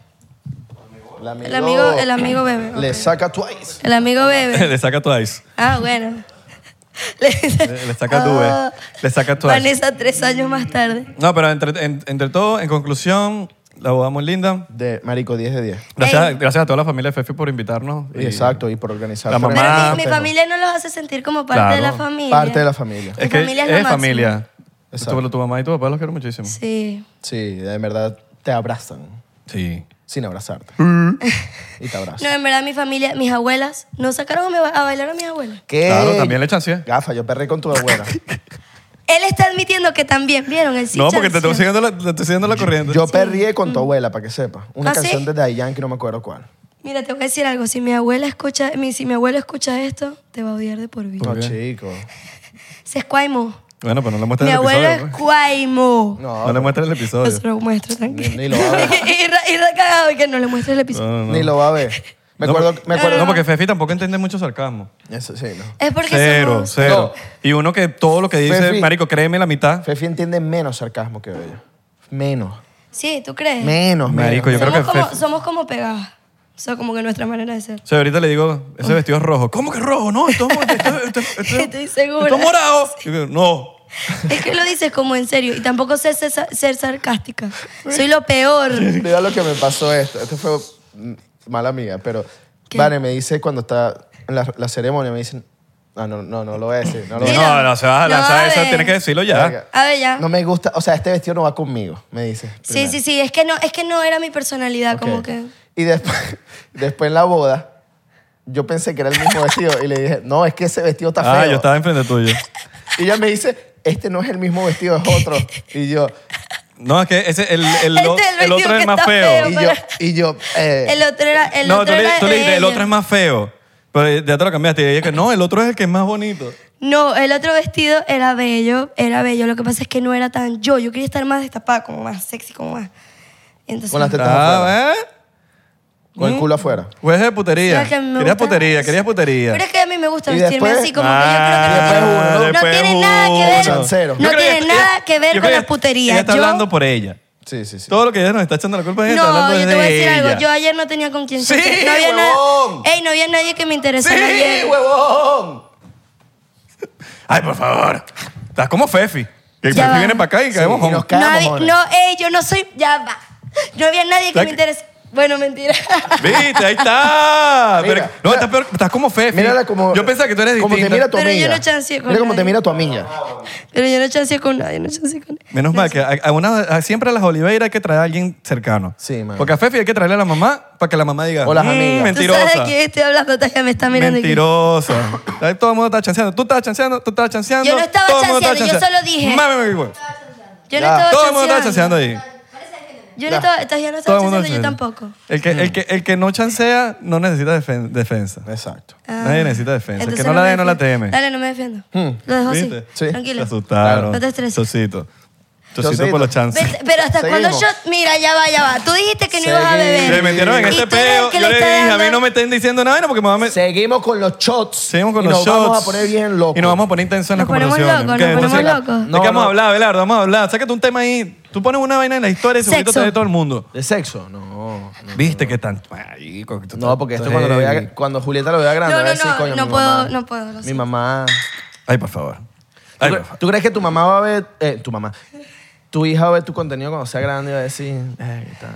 El amigo,
El amigo, el amigo bebe.
le
ok.
saca twice.
El amigo bebe.
Le saca Twice.
Ah, bueno. [laughs] Le, "Oh,
le
[laughs]
saca Dube. Le saca Twice.
Ah. Vanessa tres años más tarde.
No, pero entre, en- entre todo, en conclusión, la boda muy linda.
De marico 10 de 10.
Gracias,
Ey.
gracias a toda la familia de Fefi por invitarnos.
Y Exacto, y por organizar.
La
Pero
mamá-
tremendos
Ah,
mi, mi
festejos.
familia no los hace sentir como parte de la
Claro.
familia.
Parte de la familia.
Es
Tu
que
familia es lo
es
máximo.
familia.
Exacto.
Tu, tu mamá y tu papá los quiero muchísimo.
Sí.
Sí, de verdad te abrazan
Sí.
sin abrazarte. y te abrazan.
No, en verdad mi familia, mis abuelas, no sacaron a, mi ba- a bailar a mis abuelas.
¿Qué?
Claro, también le chanceé.
Gafa, yo perré con tu abuela. [laughs]
Él está admitiendo que también vieron el sí
no, porque te
chanceó.
estoy siguiendo la, te estoy siguiendo la corriente.
Yo perrié con tu abuela, para que sepas. Una
Mm. ¿Ah, sí?
canción de Daddy Yankee, no me acuerdo cuál.
Mira, te voy a decir algo. Si mi abuela escucha, mi- si mi abuelo escucha esto, te va a odiar de por vida.
¿Por
No,
qué?
chico.
Se es cuaimo.
Bueno, pero no le muestres
Mi
el
abuelo
episodio.
es
pues.
cuaimo.
No,
No le muestres el
No
episodio.
se lo muestro,
ni,
tranquilo. [laughs]
ni lo va a ver.
Y- y- y ra- y ra- cagado, y que no le muestres el episodio.
No, no, no.
Ni lo va a ver. Me
[laughs] No,
acuerdo.
porque-
Me acuerdo
No, porque Fefi tampoco entiende mucho sarcasmo.
Eso, sí, no.
Es porque
Ah. Cero,
somos-
cero. Y uno que todo lo que dice,
Fefi.
marico, créeme la mitad.
Fefi entiende menos sarcasmo que ella. Menos.
Sí, ¿tú crees?
Menos, menos.
Marico, yo creo que
somos, como,
Fefi-
somos como pegadas. O sea, como que nuestra manera de ser.
O sea, ahorita le digo, ese vestido es rojo. ¿Cómo que rojo? No, esto es esto, esto- esto- esto-
Estoy segura.
esto es morado. Y yo, no.
Es que lo dices como en serio y tampoco sé ser, ser sarcástica. Soy lo peor.
Mira lo que me pasó esto. Esto fue mm, mala mía, pero
¿Qué?
Vane me dice cuando está en la, la ceremonia, me dicen, "Ah, no, no, no, no lo voy a decir. No, lo voy a
Mira.
No, no, se va a
No,
lanzar
a
eso,
ver.
tienes que decirlo ya.
Verga.
A ver, ya.
No me gusta, o sea, este vestido no va conmigo, me dice.
sí, sí, sí. Es que no, es que no era mi personalidad, como que.
Eh.
Y después, [laughs] después en la boda, yo pensé que era el mismo vestido y le dije, no, es que ese vestido está feo.
Ah, yo estaba enfrente tuyo.
Y ella me dice, este no es el mismo vestido, es otro.
[laughs]
Y yo,
No, es que ese, el, el,
Este
o-
es el
el
vestido
otro es
que
el más
está
feo.
feo.
y yo, y yo, eh,
El otro era. El
no,
otro
tú le,
era
tú le dijiste, el
ella.
otro es más feo. Pero ya te lo cambiaste. Y ella que no, el otro es el que es más bonito.
Este
No, el otro vestido era bello, era bello. Lo que pasa es que no era tan yo. Yo quería estar más destapada, como más sexy, como más. Entonces,
Con las tetas afuera.
Ah, ¿ves?
con el culo afuera.
Juez de
o sea,
putería.
Este que a mí me
Querías
gusta-
putería, querías putería.
Pero es que a mí me gusta
Y
vestirme
después-
así, como
Ah,
que yo creo que.
después uno.
no
después
tiene nada que
uno.
ver-
Chancero.
no
Yo creo
tiene
que-
nada que ver
yo
con
creo
la putería.
Ella está
Yo-
hablando por ella.
Sí, sí, sí.
Todo lo que ella nos está echando la culpa es ella. está
No,
hablando
yo
es
te voy a
de
decir algo.
ella.
Yo ayer no tenía con quién
Sí,
salir. No había
huevón.
nada. Ey, no había nadie que me
¡Sí,
interesara ayer.
huevón! Ay, por favor. Estás como Fefi. Que
Ya
Fefi
va.
viene para acá y caemos
y
juntos.
nos ca- Cada
Nadie-
mojón.
no, ey, yo no soy. Ya va. No había nadie que
Like-
me interesara. Bueno, mentira. [laughs]
¿Viste? Ahí está.
Mira,
Pero- no,
mira.
estás, peor- estás como Fefi.
Mírala como.
Yo pensaba que tú eres
como
distinta.
Te mira tu
Pero yo
amiga.
no chanceé con
Mira cómo te
nadie.
mira tu amiga.
Pero yo no chanceé con nadie, no chanceé con nadie.
Menos mal que a, a una- a- siempre a las Oliveira hay que traer a alguien cercano.
Sí, man.
Porque a Fefi hay que traerle a la mamá para que la mamá diga.
O las
"Mm,
amigas".
¿Tú sabes de
Mentirosa.
quién estoy hablando? Taya me está mirando. y que-
Mentirosa. Ahí Todo el mundo está chanceando. Tú estabas chanceando, tú estabas chanceando.
Yo no estaba
todo el mundo estaba
chanceando, yo solo dije.
Mami, mami, güey.
Yo
Ya.
no estaba
Todo el mundo estaba chanceando
chanceando.
ahí.
Yo no estaba, Taya no estaba chanceando, yo
chanceando.
tampoco.
El que, el, que, el que no chancea no necesita defen- defensa.
Exacto.
Ah.
Nadie necesita defensa. El que
Entonces
no la
me
dé, no la
defiendo.
teme. Hmm.
Dale, no me defiendo. Lo dejo así.
¿Viste?
Sí.
Te
Tranquilo.
asustaron.
No te estreses.
Chocito. Chocito,
Chocito.
por los chances.
Pero, pero hasta
Seguimos.
cuando yo. Mira, ya va, ya va. Tú dijiste que no ibas a
Seguimos.
beber.
Se metieron en
Y
este
tú eres
peo.
el que
Yo le
está
dije, a mí
dando-
no me estén diciendo nada porque me va a meter.
Seguimos con los shots.
Seguimos con
Y
los
nos
shots.
vamos a poner bien locos.
Y nos vamos a poner intensos en las
Nos ponemos
conversaciones.
locos,
¿Qué?
nos ponemos
Entonces,
locos.
¿De
No,
qué vamos a
no.
hablar, Belardo? Vamos a hablar. Sácate un tema ahí. Tú pones una vaina en la historia y segurito te
Sexo.
ve todo el mundo.
¿De sexo? No.
¿Viste que tan... marico, que tú-
No, porque esto
tú-
cuando, lo vea, cuando Julieta lo vea grande,
No,
va a
no,
decir,
no,
coño,
no
mi
puedo,
mamá,
no puedo, lo
Mi
siento.
mamá.
Ay, por favor.
¿Tú,
Ay,
cre-
por favor.
tú crees que tu mamá va a ver, eh, tu mamá, tu hija va a ver tu contenido cuando sea grande y va a decir, "Ay, qué tal".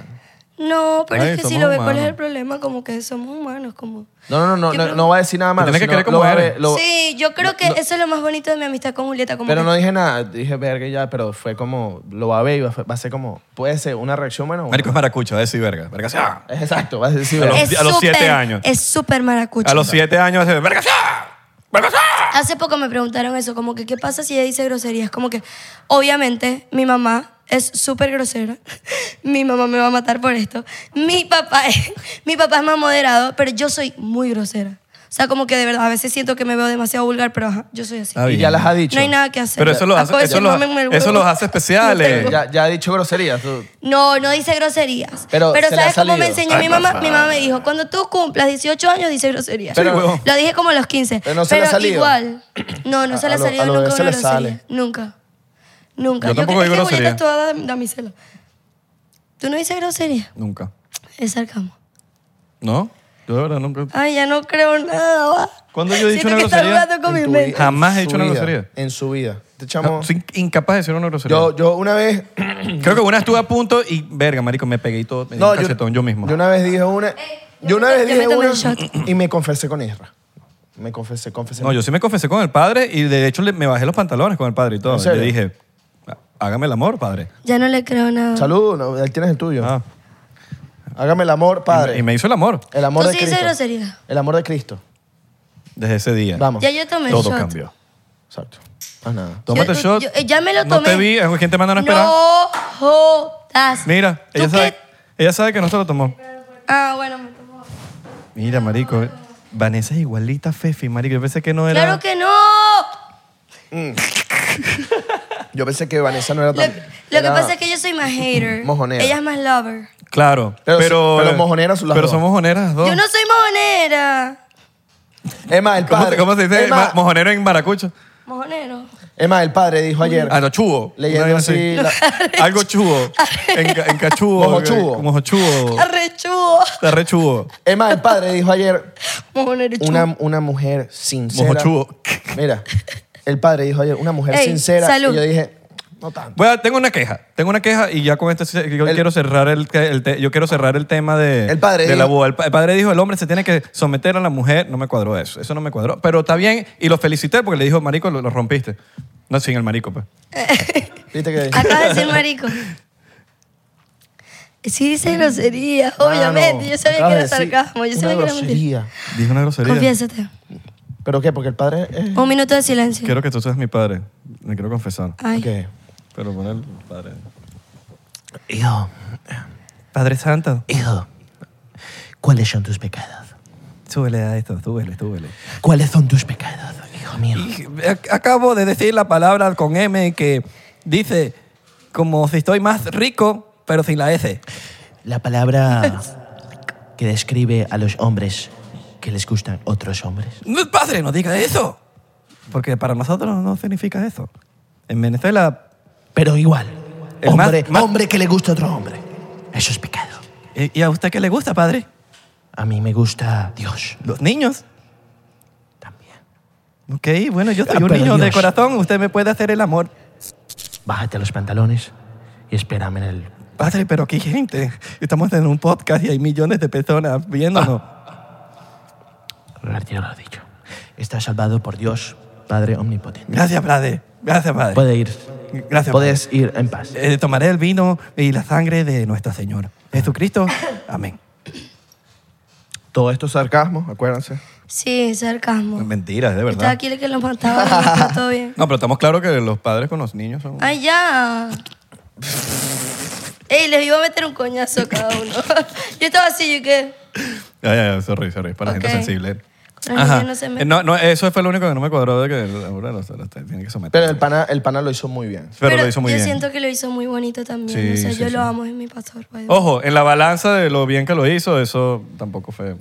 No, pero
Ay,
es que si
somos
lo ve, ¿cuál
humanos.
es el problema? Como que somos humanos, como...
No, no, no,
Yo
no,
creo-
no va a decir nada malo.
tienes que
sino
querer como
lo va a
eres.
ver- lo-
sí, yo creo que eso es lo más bonito de mi amistad con Julieta, como
Pero
que-
no dije nada, dije verga y ya, pero fue como, lo va a ver y va a, va a ser como, puede ser una reacción buena o
Marico es
no.
maracucho, es decir, verga. Verga, sí, ah.
Es Exacto, va a decir
A
verga.
los-
es
a los
súper-
siete años.
Es súper maracucho.
A los siete años hace... ¡Verga, sí, ah. ¡Verga, sí, ah.
Hace poco me preguntaron eso, como que, ¿qué pasa si ella dice groserías? Como que, obviamente, mi mamá es súper grosera. [laughs] mi mamá me va a matar por esto. Mi papá, es, [laughs] mi papá es más moderado, pero yo soy muy grosera. O sea, como que de verdad, a veces siento que me veo demasiado vulgar, pero ajá, yo soy así.
Ah,
Y
bien.
ya las ha dicho.
No hay nada que hacer.
Pero eso los hace-
Acabo de
eso
decir,
los-
"Mámenme el huevo".
eso los
[laughs]
hace especiales.
No tengo.
Eh, Ya, ya ha dicho groserías. tú.
No, no dice groserías.
Pero
Pero,
se le ha
¿sabes cómo me
salido.
enseñó mi mamá? Mi mamá me dijo, cuando tú cumplas 18 años, dice groserías.
Pero- Sí, huevón.
lo dije como a los 15.
Pero no se le ha salido. [clears throat]
igual. No, no
A-
se le
a
ha
lo-
salido
a lo
nunca
bebé se
una
le
grosería.
sale.
Nunca. Nunca.
Yo tampoco digo
es que
grosería.
Julieta es toda damisela. ¿Tú no dices grosería?
Nunca.
Es sarcasmo.
¿No? Yo de verdad nunca...
Ay, ya no creo nada. va.
¿Cuándo yo he dicho
Siento
una
que estás
grosería?
jugando con
En
mi
tu
mente.
vida-
Jamás
en
he dicho
su
una
vida,
grosería.
En su vida. Te
Ah,
echamos...
Soy incapaz de decir una grosería.
yo, yo una vez...
Creo que una estuve a punto y, verga, marico, me pegué y todo. Me di un cachetón yo, mismo.
Yo una vez dije una. Yo una
me-
vez
Eh, yo
dije
me tomé
una
un shot.
y me confesé con Isra. Me confesé, confesé.
No, yo sí me confesé con el padre y de hecho le- me bajé los pantalones con el padre y todo.
¿En serio?
Le dije, hágame el amor, padre.
Ya no le creo nada.
Salud, no, ahí tienes el tuyo.
Ah,
Hágame el amor, padre.
Y me hizo el amor
El amor
Tú
de
sí dices
Cristo.
grosería.
El amor de Cristo.
desde ese día.
Vamos.
Ya yo tomé el
Todo
shot.
cambió.
Exacto. Más nada.
Tómate
Yo-
el shot.
yo- eh, ya me lo
No te
tomé.
vi, es quien te manda a no esperar.
No jodas.
Mira,
¿Tú
ella sabe,
qué?
ella sabe que no se lo tomó.
Ah, bueno, me tomó.
Mira, marico, Vanessa es igualita a Fefi, marico. Yo pensé que no era...
¡Claro que no!
Yo pensé que Vanessa no era
Lo,
tan.
lo que pasa es que yo soy más hater.
[laughs] Mojonera.
Ella es más lover.
Claro,
Pero-
pero...
pero mojoneras las
Pero
dos.
son mojoneras
Oh.
las dos.
Yo no soy mojonera.
Emma, el
¿Cómo,
padre.
se, cómo se dice
Emma,
ma- mojonero en maracucho? Ah,
Mojonero.
Es más, el padre dijo ayer,
Arochubo.
leyendo así, la-
[laughs] Algo chubo. En, en cachubo.
Mojochubo.
Como
Oh.
jochubo.
Arrechudo.
Tarrechubo.
es más, el padre dijo ayer,
Mojoneruchudo.
una, una mujer sincera.
Mojochubo.
Mira, el padre dijo ayer, una mujer
Ey,
sincera.
salud.
Y yo dije, no tanto.
Voy a- tengo una queja. Tengo una queja y ya con esto se- yo,
El-
quiero cerrar el, te- el te- yo quiero cerrar el tema de,
El padre
de la
dijo-
boda. El, pa- el padre dijo, el hombre se tiene que someter a la mujer. No me cuadró eso. Eso no me cuadró. Pero está bien y lo felicité porque le dijo, marico, lo, lo rompiste. No, sin el marico, pues.
¿Viste que
[laughs] Acaba de decir marico. Sí dice grosería, obviamente. yo sabía que era sarcasmo, yo sabía que era mentira.
Dijo una grosería.
Confiésate.
¿Pero qué? Porque el padre es...
Un minuto de silencio.
Quiero que tú seas mi padre. Me quiero confesar.
Ay.
Ok.
Pero pon el padre.
Hijo,
Padre Santo,
hijo, ¿cuáles son tus pecados?
súbele a esto, súbele, súbele.
¿Cuáles son tus pecados, hijo mío?
Acabo de decir la palabra con M que dice como si estoy más rico, pero sin la S.
La palabra que describe a los hombres que les gustan otros hombres.
No, padre, no diga eso. Porque para nosotros no significa eso. En Venezuela,
Pero igual,
El más-
hombre,
más-
hombre que le gusta a otro hombre. Eso es pecado.
¿y y a usted qué le gusta, padre?
A mí me gusta Dios
Los niños.
también.
Ok, bueno, yo soy
Ah,
un
pero
niño de
Dios.
corazón, usted me puede hacer el amor.
Bájate los pantalones y espérame en el...
Padre, pero qué gente. Estamos en un podcast y hay millones de personas viéndonos.
Retiro lo dicho. Estás salvado por Dios, Padre Omnipotente.
Gracias, padre. Gracias, padre.
Puede ir.
Gracias,
Puedes ir en paz.
Eh, tomaré el vino y la sangre de nuestro Señor [coughs] Jesucristo. Amén.
Todo esto es sarcasmo, acuérdense.
Sí, sarcasmo.
Mentiras, de
Estaba aquí el que los mataba, pero está todo bien.
No, pero estamos claros que los padres con los niños son...
Ay,
[laughs]
ya. Ey, les iba a meter un coñazo a cada uno. [laughs] yo estaba así, ¿y qué?
Ya, ya, ya, sorry, sorry, para la
Ok.
gente sensible.
Con los niños no se
Eh,
meten.
No, no, eso fue lo único que no me cuadró de que el- ahora los, los tienen que someter.
Pero el pana, el pana lo hizo muy bien.
Pero lo hizo muy
yo
bien.
siento que lo hizo muy bonito también.
Sí,
o sea,
sí,
yo
sí.
lo amo, es mi pastor. by the way.
Ojo, en la balanza de lo bien que lo hizo, eso tampoco fue...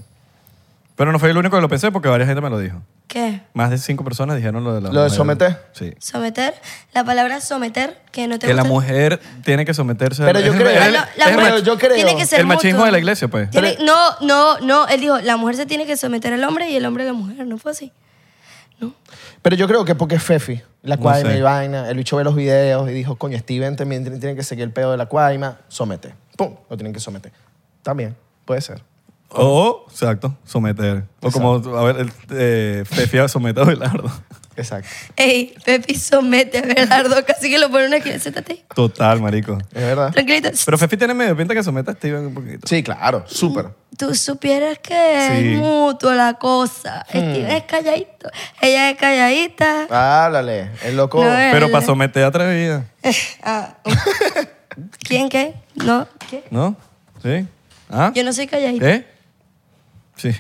Pero no fue el único que lo pensé porque varias gente me lo dijo.
¿Qué?
Más de cinco personas dijeron lo de la
¿Lo de
mujer.
someter?
Sí.
Someter, la palabra someter, que no te
Que la
gusta.
mujer tiene que someterse a-
Pero yo
es-
creo-
es-
Ah,
es-
no, la
es-
mujer
pero yo creo-
tiene que ser
el machismo
mutuo.
de la iglesia, pues.
Tiene- no, no, no. Él dijo, la mujer se tiene que someter al hombre y el hombre a la mujer. No fue así.
Pero yo creo que porque es Fefi, la
No
cuaima
sé.
y vaina, el bicho ve los videos y dijo, coño, Steven también tiene- tiene que seguir el pedo de la cuaima, somete. Pum, lo tienen que someter. También, puede ser.
[laughs] O, exacto, someter. O como, a ver, el, eh, Fefia somete a Abelardo.
Exacto.
Ey, Pepi somete a Belardo, [laughs] casi que lo pone en una esquina. Siéntate.
Total, marico.
Es verdad.
Tranquilito.
Ah, Pero Fefi tiene medio pinta que someta a Steven un poquito.
Sí, claro, súper.
Tú supieras que
Sí.
es mutuo la cosa.
Hmm.
Steven es calladito. Ella es calladita.
Ah, Háblale, el loco.
No, eh.
Pero para someter atrevida,
Ah, [laughs] ¿Quién qué? No, ¿qué?
¿no? ¿Sí? ¿Ah?
Yo no soy calladita.
¿Eh? Sí.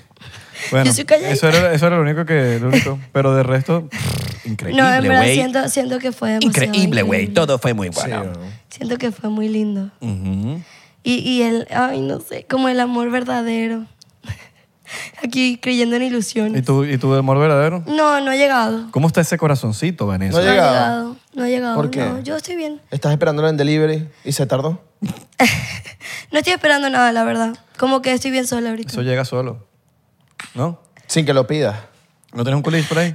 Bueno,
Yo soy calladita.
eso era, eso era lo único que... Lo único. Pero de resto, pff, increíble,
no, en verdad
güey.
siento, siento que fue demasiado
Increíble, güey. Todo fue muy
Sí,
bueno.
¿no?
Siento que fue muy lindo.
Ujú.
Y, y el, ay, no sé, como el amor verdadero. [laughs] Aquí creyendo en
¿Y
ilusiones.
tú, ¿Y tú de amor verdadero?
No, no he llegado.
¿Cómo está ese corazoncito, Vanessa?
No he
No he
llegado.
llegado. No he llegado.
¿Por qué?
No, yo estoy bien.
Estás esperándolo en delivery y se tardó.
No estoy esperando nada, la verdad. Como que estoy bien sola ahorita.
Eso llega solo. ¿No?
Sin que lo pidas.
¿No tienes un culito por ahí?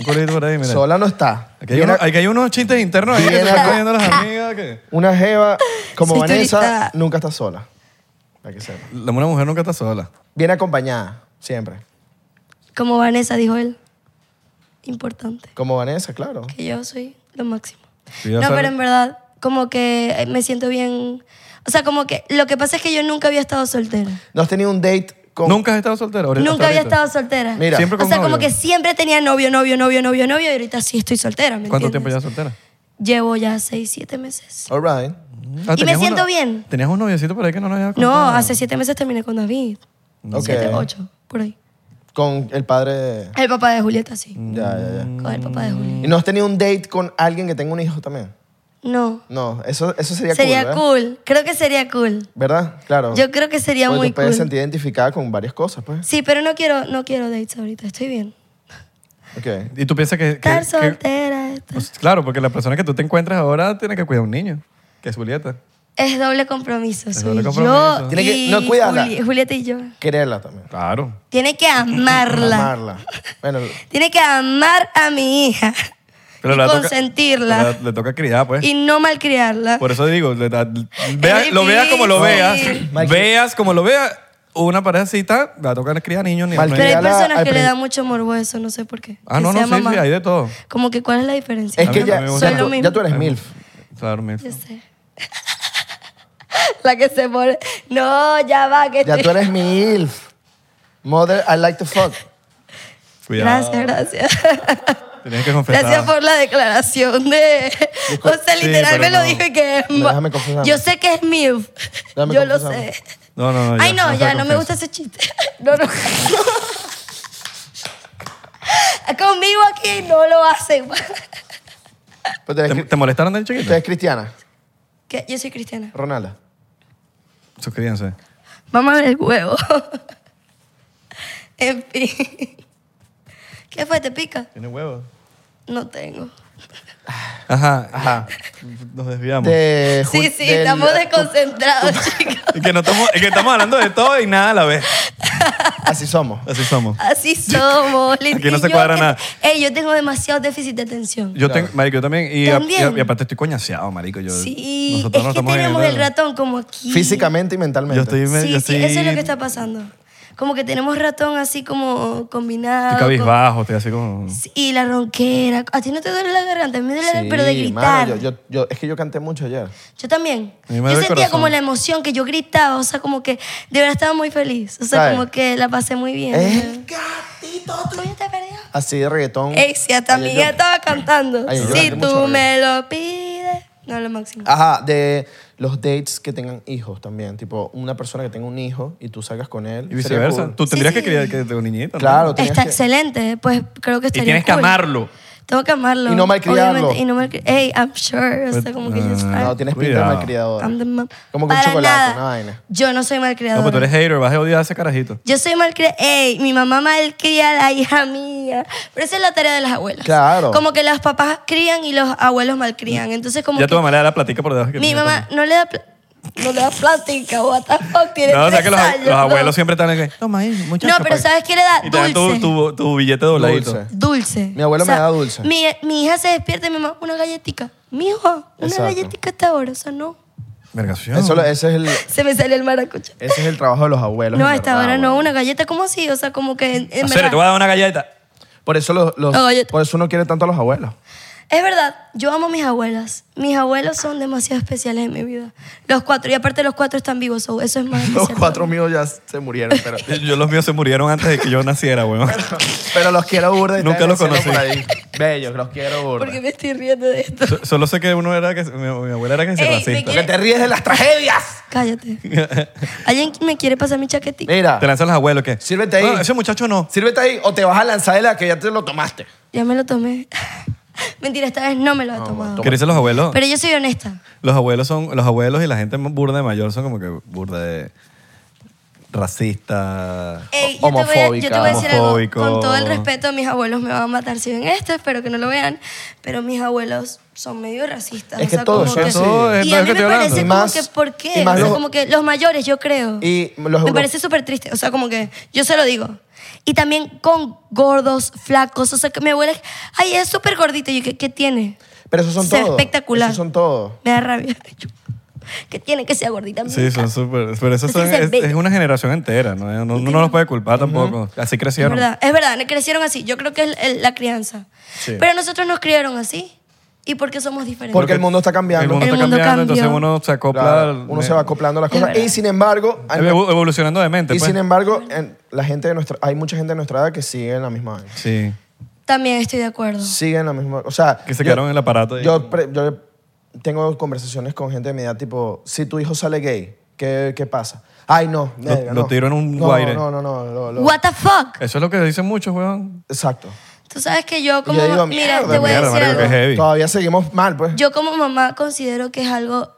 Un culito por ahí, mira.
Sola no está.
Aquí hay,
Viene
uno- aquí hay unos chistes internos ahí que
Viene
se están
acá.
cayendo las amigas. Que...
Una jeva
[laughs]
como
Soy
Vanessa
turista.
nunca está sola. Para que sepa.
La, una mujer nunca está sola.
Viene acompañada, siempre.
Como Vanessa dijo él. Importante.
Como Vanessa, claro.
Que yo soy lo máximo.
Sí, ya
No,
sabes.
pero en verdad, como que eh, me siento bien. O sea, como que lo que pasa es que yo nunca había estado soltera.
¿No has tenido un date con...?
¿Nunca has estado soltera? Ahorita-
Nunca
hasta
había
ahorita.
estado soltera.
Mira.
Siempre con
o sea, como
novio.
que siempre tenía novio, novio, novio, novio, novio, y ahorita sí estoy soltera. ¿me
¿Cuánto tiempo
entiendes?
ya soltera?
Llevo ya seis, siete meses.
All right.
Ah,
Y me
tenías
siento
uno-
bien.
Tenías un noviecito por ahí que no nos había
No,
contado.
hace siete meses terminé con David.
Ok.
Siete, ocho, por ahí.
Con el padre de...
El papá de Julieta, sí.
Ya, ya, ya.
Con el papá de Julieta.
¿Y no has tenido un date con alguien que tenga un hijo también?
No.
No, eso, eso sería,
Sería
cool, ¿verdad?
cool. Creo que sería cool.
¿Verdad? Claro.
Yo creo que sería
Porque
muy
te puedes
cool.
sentir identificada con varias cosas, pues.
Sí, pero no quiero, no quiero dates ahorita. Estoy bien.
Ok.
Y tú piensas que... que-
Estar
que-
soltera esto
Pues, claro, porque la persona que tú te encuentras ahora tiene que cuidar a un niño, que es Julieta.
es doble compromiso.
Es
soy
doble compromiso.
Yo
Tiene que-
y
no, cuídala.
Juli- Julieta y yo.
Quererla también.
Claro.
Tiene que amarla.
Amarla. Bueno,
Tiene que amar a mi hija y
le toca-
consentirla
le- le toca criar, pues.
y no malcriarla.
Por eso digo, le da- vea- lo
difícil.
veas como lo veas,
Mike.
veas como lo veas, una parejita va a tocar criar niños ni
Mal
no hay-
Pero hay
Criarla
personas
al
que le
prin-
dan mucho morbo a eso, no sé por qué.
Ah,
Que
no, no,
sea
sí,
mamá.
sí, hay de todo.
Como que cuál es la diferencia.
es
A
que
mí- a mí
ya,
me gusta
ya,
Soy lo
tú, ya
mismo.
tú eres MILF.
Claro, mira.
Yo
[laughs]
sé. la que se pone. [laughs] No, ya va, que
Ya
estoy-
tú eres MILF. Mother, I like to fuck.
Cuidado.
Gracias, gracias.
Tenías que confesar.
Gracias por la declaración de. O sea,
Sí,
literal
pero
me lo
no.
dije que es.
No, déjame confesarme.
Yo sé que es MILF.
Déjame
Yo lo
confesarme.
sé.
No, no, no.
Ay, no,
se
ya, no me
confiesa.
gusta ese chiste. [laughs] No, no. Conmigo aquí no lo hacen. [laughs]
Pero tú eres,
¿Te,
cri-
te molestaron del
tú
chiquito?
eres cristiana,
¿Qué? Yo soy cristiana.
Ronalda.
Suscríbanse.
Vamos a ver el huevo. [laughs] En fin. ¿Qué fue? ¿Te pica?
¿Tiene huevos?
No tengo.
Ajá.
Ajá.
Nos desviamos.
De
Sí,
Jul-
sí,
del-
estamos desconcentrados, [laughs] chicos.
Y que, no estamos, y que estamos hablando de todo y nada a la vez.
[laughs]
Así somos.
Así somos.
Así somos.
Aquí no
Y
se
yo
cuadra
que-
nada.
Ey, yo tengo demasiado déficit de atención.
Yo tengo, marico, yo también. Y, a-
También.
y a- y aparte estoy coñaseado, marico. Yo,
sí,
nosotros no
es que
estamos en
tenemos el
el-
ratón como aquí.
Físicamente y mentalmente.
Yo estoy...
Sí,
yo
sí,
estoy-
eso es lo que está pasando. Como que tenemos ratón así como combinado.
Estoy
con-
cabizbajo, estoy así como...
Sí, Y la ronquera. A ti no te duele la garganta, a mí me duele la
Sí,
pero de gritar.
mano, yo, yo- yo- es que yo canté mucho ayer.
Yo también.
A mí me duele
Yo
el
sentía
corazón.
como la emoción que yo gritaba, o sea, como que de verdad estaba muy feliz. O sea,
¿Sabes?
como que la pasé muy bien.
El
Coño, te perdí.
Así de reggaetón. Eh,
Ey, si hasta mi hija estaba cantando.
Ay, yo
si
canté mucho Ah,
tú
reggaetón.
me lo pides. No, lo máximo.
Ajá, de los dates que tengan hijos también. Tipo, una persona que tenga un hijo y tú salgas con él.
Y
sería
viceversa.
cool.
Tú
Sí,
tendrías que
sí.
criar que tengo niñita. ¿no?
Claro, tenías
Está
que-
excelente, pues creo que
Y
estaría
tienes que
cool.
amarlo.
Tengo que amarlo.
Y no malcriarlo. Pues, ah,
obviamente, Y no malcriarlo. Ey, I'm sure. O sea, como que yo soy-
No, tienes pinta de
Cuidado.
malcriadora.
I'm the mom.
Como que un
Para
chocolate,
nada.
una vaina.
Yo no soy
No,
malcriadora.
pero tú eres hater, vas a odiar a ese carajito.
Yo soy malcriada. Ey, mi mamá malcría a la hija mía. Pero esa es la tarea de las abuelas.
Claro.
Como que los papás crían y los abuelos malcrían. Entonces, como
Ya
que
tu mamá le da la platica por debajo que el
mi
niño
mamá no le da pla- no le da plática, what the fuck,
come.
tiene
No, o sea
tres
que los,
años,
los
bro.
abuelos siempre están en que, toma ahí, muchacho.
No, pero
pa' que-".
¿sabes qué le da?
Y te dan tu,
Dulce.
tu, tu billete dobladito.
Dulce.
Dulce.
Mi abuelo me da dulce.
Mi, mi hija se despierta y mi mamá, una galletica. Mi hijo, una
Exacto.
galletica hasta ahora, o sea, no.
Vergación.
Eso lo- ese, es el,
Se me sale el maracucho.
ese es el trabajo de los abuelos.
No,
en
hasta
verdad,
ahora no,
güey.
una galleta, ¿cómo así? O sea, como que. en- en
En serio,
verdad.
te voy a dar una galleta.
Por eso, los, los-
La galleta.
por eso uno quiere tanto a los abuelos.
Es verdad, yo amo a mis abuelas. Mis abuelos son demasiado especiales en mi vida. Los cuatro, y aparte los cuatro están vivos, so eso es más
[laughs] Los
especial.
cuatro míos ya se murieron, pero,
Yo, los míos se murieron antes de que yo naciera,
[laughs]
weón.
pero los quiero burda. y
Nunca los
ustedes
conocí.
por ahí. Bellos, los quiero burda.
Porque me estoy riendo de esto.
So- Solo sé que uno era que mi, mi abuela era que se
Ey, me
racista.
Porque te ríes de las tragedias.
[laughs]
Cállate. ¿Alguien me quiere pasar mi chaquetita?
Mira,
Te lanzan los abuelos que.
Sírvete ahí.
"No, ese muchacho no.
sírvete ahí o te vas a lanzar de la que ya te lo tomaste.
Ya me lo tomé. [laughs] Mentira, esta vez no me lo he tomado.
¿Qué dicen los abuelos?
Pero yo soy honesta.
Los abuelos son, los abuelos y la gente burda de mayor son como que burda de racista.
Ey, yo, te voy a- yo te voy a decir algo.
homofóbico.
Con todo el respeto, mis abuelos me van a matar si ven esto, espero que no lo vean. Pero mis abuelos son medio racistas.
Es
o
que
sea,
todos
como
son
que-
así.
Todos,
Y
es
a
lo que
mí me
estoy hablando.
parece
Y
como
más-
que, ¿por qué?
y más
O sea,
los-
como que los mayores, yo creo.
Y los
me
euro-
parece súper triste. O sea, como que yo se lo digo. Y también con gordos, flacos. O sea, que mi abuela, es- ay, es súper gordito. Y yo, ¿qué, qué tiene?
Pero esos son
Se ve
todos.
espectacular.
Esos son todos.
Me da rabia. [laughs] Yo, ¿Qué tiene que sea gordita? Me
Sí, son
encanta.
súper. Pero eso
Así que
son-
se
es,
ve.
es una generación entera, ¿no? Uno uno no los puede culpar tampoco. Así
Es
crecieron.
verdad, es verdad, crecieron así. Yo creo que es el- la crianza.
Sí.
Pero nosotros nos criaron así. ¿Y por qué somos diferentes?
Porque el mundo está cambiando.
El mundo
El
está
mundo
cambiando, entonces
cambió.
uno se acopla.
Claro,
al-
uno se va acoplando a las
Es
cosas.
verdad.
Y sin embargo, hay-
evo- Evolucionando de mente.
y
pues.
sin em- embargo, en- la gente de nuestra, hay mucha gente de nuestra edad que sigue en la misma vaina.
Sí.
También estoy de acuerdo.
Sigue en la misma. O sea.
Que se quedaron en el aparato ahí.
Yo, pre- yo tengo conversaciones con gente de mi edad, tipo, si tu hijo sale gay, ¿qué, qué pasa? Ay, no.
Lo-
verga,
lo
no.
tiro en un
no,
guaire.
No, no, no. lo- lo-
What the fuck?
Eso es lo que dicen muchos, weón.
Exacto.
Tú sabes que yo como
yo digo,
mira,
mierda,
te voy a
mierda,
decir
marico,
algo.
qué heavy.
Todavía seguimos mal, pues.
Yo como mamá considero que es algo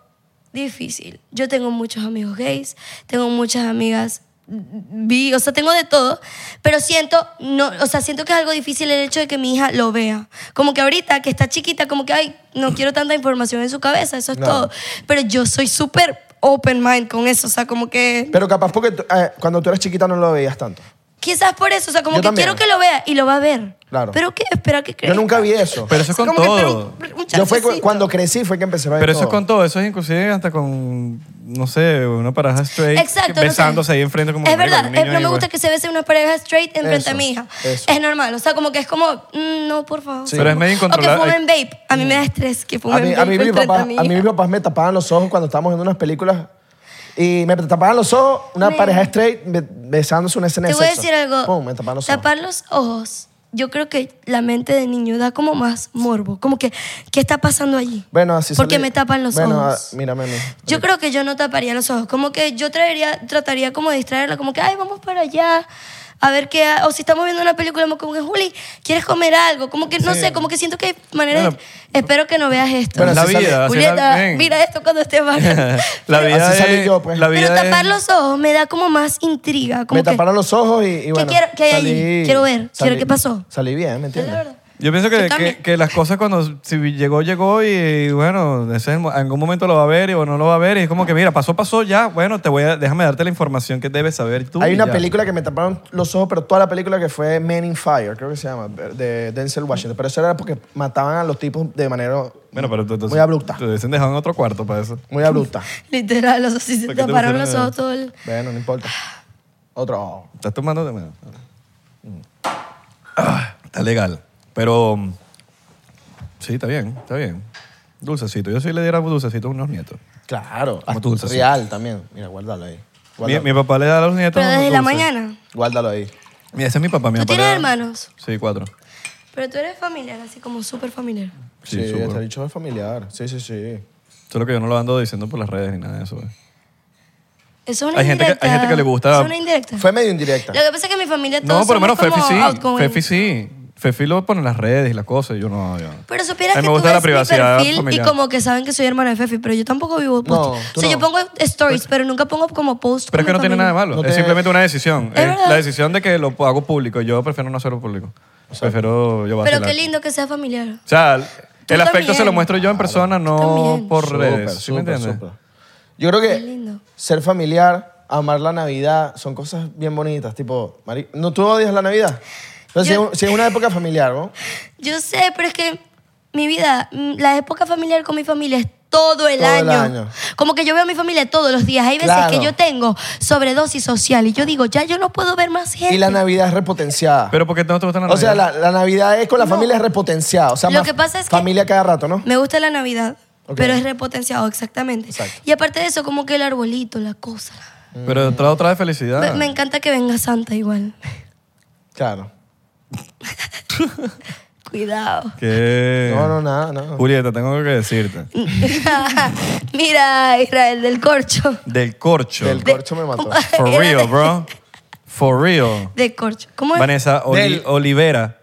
difícil. Yo tengo muchos amigos gays, tengo muchas amigas vi, o sea, tengo de todo, pero siento, no, o sea, siento que es algo difícil el hecho de que mi hija lo vea. Como que ahorita, que está chiquita, como que, ay,
[clears throat]
no quiero tanta información en su cabeza, eso es
No.
todo. Pero yo soy súper open mind con eso, o sea, como que...
Pero capaz porque tú- eh, cuando tú eras chiquita no lo veías tanto.
Quizás por eso, o sea, como
Yo
que
también.
quiero que lo vea y lo va a ver.
Claro.
Pero qué, espera que crezca.
Yo nunca vi eso.
Pero eso es
Así
con
como que, pero
todo.
un- un
Yo fue cu-
chancecito.
cuando crecí fue que empecé a ver
Pero eso
todo.
es con todo, eso es inclusive hasta con, no sé, una pareja straight
Exacto. no sé.
besándose ahí enfrente como
Es
que, marico,
verdad,
el
eh,
niño
no
ahí,
me
güey. [laughs]
gusta que se besen unas parejas straight enfrente a
Eso,
mi hija.
eso.
Es normal, o sea, como que es como, mm, no, por favor.
Sí.
Pero es medio
O
incontrolable. Mm.
que fumen vape. A mí me da estrés que
A
fumen
mí,
vape
a mí mis
enfrente
papás,
a mi
a mí
hija.
mis papás me tapaban los ojos cuando estábamos viendo unas películas y me tapaban los ojos una
Me-
pareja straight be- besándose una escena
Te
de
voy a
sexo.
decir algo.
Pum, me tapaban los ojos.
Tapar los ojos. Yo creo que la mente de niño da como más morbo. Como que, ¿qué está pasando allí?
Bueno, así
Porque
salí-
me tapan los
Bueno, ah,
ojos.
mírame a mí.
Yo creo que yo no taparía los ojos. Como que yo traería, trataría como de distraerla, como que, ay, vamos para allá. A ver qué. ha-". O si estamos viendo una película, como que, Juli, ¿quieres comer algo? Como que, no sé, como que siento que hay maneras. de-
Bueno,
espero que no veas esto.
Pero es la
así sale-
vida, así es la-
Julieta,
ven.
mira esto
[laughs]
cuando estés baja. [laughs]
la
Pero
vida
así salí
es-
yo, pues.
la vida
Pero tapar
es-
los ojos me da como más intriga. Como
me
que,
taparon los ojos y, y bueno.
quiero- qué hay allí? Quiero ver, quiero
salí-
qué pasó.
Salí bien, ¿me
Es la
entiendes?
verdad.
Yo pienso
Yo
que,
también.
que, que las cosas cuando si llegó, llegó y, bueno, ese es el mo- en algún momento lo va a ver y, o no lo va a ver y es como que mira, pasó, pasó, ya, bueno, te voy a, déjame darte la información que debes saber tú.
Hay
y
una
ya.
película que me taparon los ojos, pero toda la película que fue Men in Fire, creo que se llama, de Denzel Washington. Pero eso era porque mataban a los tipos de manera
Bueno, pero tú- entonces-
muy abrupta.
Te hubiesen dejado en otro cuarto para eso.
[laughs]
Muy abrupta.
Literal, o sea, si se
¿Por qué te
taparon los
pusieron
ojos todo el...
bueno, no importa. Otro ojo.
Estás tomando de mano. Ah, Está legal. Pero. mm, Sí, está bien, está bien. Dulcecito. Yo sí le diera dulcecito a unos nietos.
Claro.
Como tú, Ceci.
Real también. Mira, guárdalo ahí.
Mi,
Guárdalo,
mi papá le da a los nietos.
Pero desde la
dulces.
mañana.
guárdalo ahí.
Mira, ese es mi papá. Mi
¿Tú
papá le
tienes
da-
hermanos?
Sí, cuatro.
Pero tú eres familiar, así como súper familiar.
Sí,
Sí, sí
seguro.
está dicho es familiar. Sí, sí, sí.
Solo que yo no lo ando diciendo por las redes ni nada de eso. eh.
Eso es una
Hay gente que-
indirecta.
hay gente que le gusta-
Eso es una indirecta.
Fue medio indirecta.
Lo que pasa es que mi familia todos
No, por lo menos
somos
Fefi
como
sí.
outgoing.
Fefi sí. Fefi lo pone en las redes y las cosas. y Yo no. yo no.
Pero supieras
A
que
mí
tú
me gusta
ves
la privacidad
mi perfil
familiar.
y como que saben que soy hermana de Fefi, pero yo tampoco vivo post.
No,
o
tú
sea,
no.
yo pongo stories, pero nunca pongo como post.
Pero es que
con
no
mi
tiene
familia.
nada de malo.
No
es
te-
simplemente una decisión.
Es
Es
verdad.
la decisión de que lo hago público. Yo prefiero no hacerlo público. Prefiero yo vacilar.
Pero qué lindo que sea familiar.
O sea, el
Tú
aspecto
también.
se lo muestro yo en persona, no
también.
por
Súper,
redes. ¿Sí me
súper,
entiendes?
súper. Yo creo
Qué
que
lindo.
ser familiar, amar la Navidad, son cosas bien bonitas. Tipo, mari- ¿no tú odias la Navidad? Pero si, es,
Yo-
un- si es una época familiar, ¿no?
Yo sé, pero es que mi vida, mm, la época familiar con mi familia es todo el,
Todo el
año.
año.
Como que yo veo a mi familia todos los días. Hay veces
Claro.
que yo tengo sobredosis social y yo digo, ya yo no puedo ver más gente.
Y la Navidad es repotenciada.
Pero porque no te gustan las
o sea,
navidades?
la, la Navidad es con la familia es repotenciada. O sea,
Lo
más
que pasa es que-
familia cada rato, ¿no?
Me gusta la Navidad,
Ok.
pero es repotenciado, exactamente.
Exacto.
Y aparte de eso, como que el arbolito, la cosa.
Pero trae otra de
Ah.
felicidad.
Me, me
[laughs]
encanta que venga Santa igual. [laughs]
Claro.
Cuidado. [laughs]
¿Qué?
No, no, nada, no.
Julieta, tengo que decirte.
Mira, Israel del corcho.
Del corcho.
Del corcho
[laughs]
me mató.
For real, bro. For real.
De corcho. ¿Cómo es?
Vanessa Oli-
Del-
[laughs]
Olivera.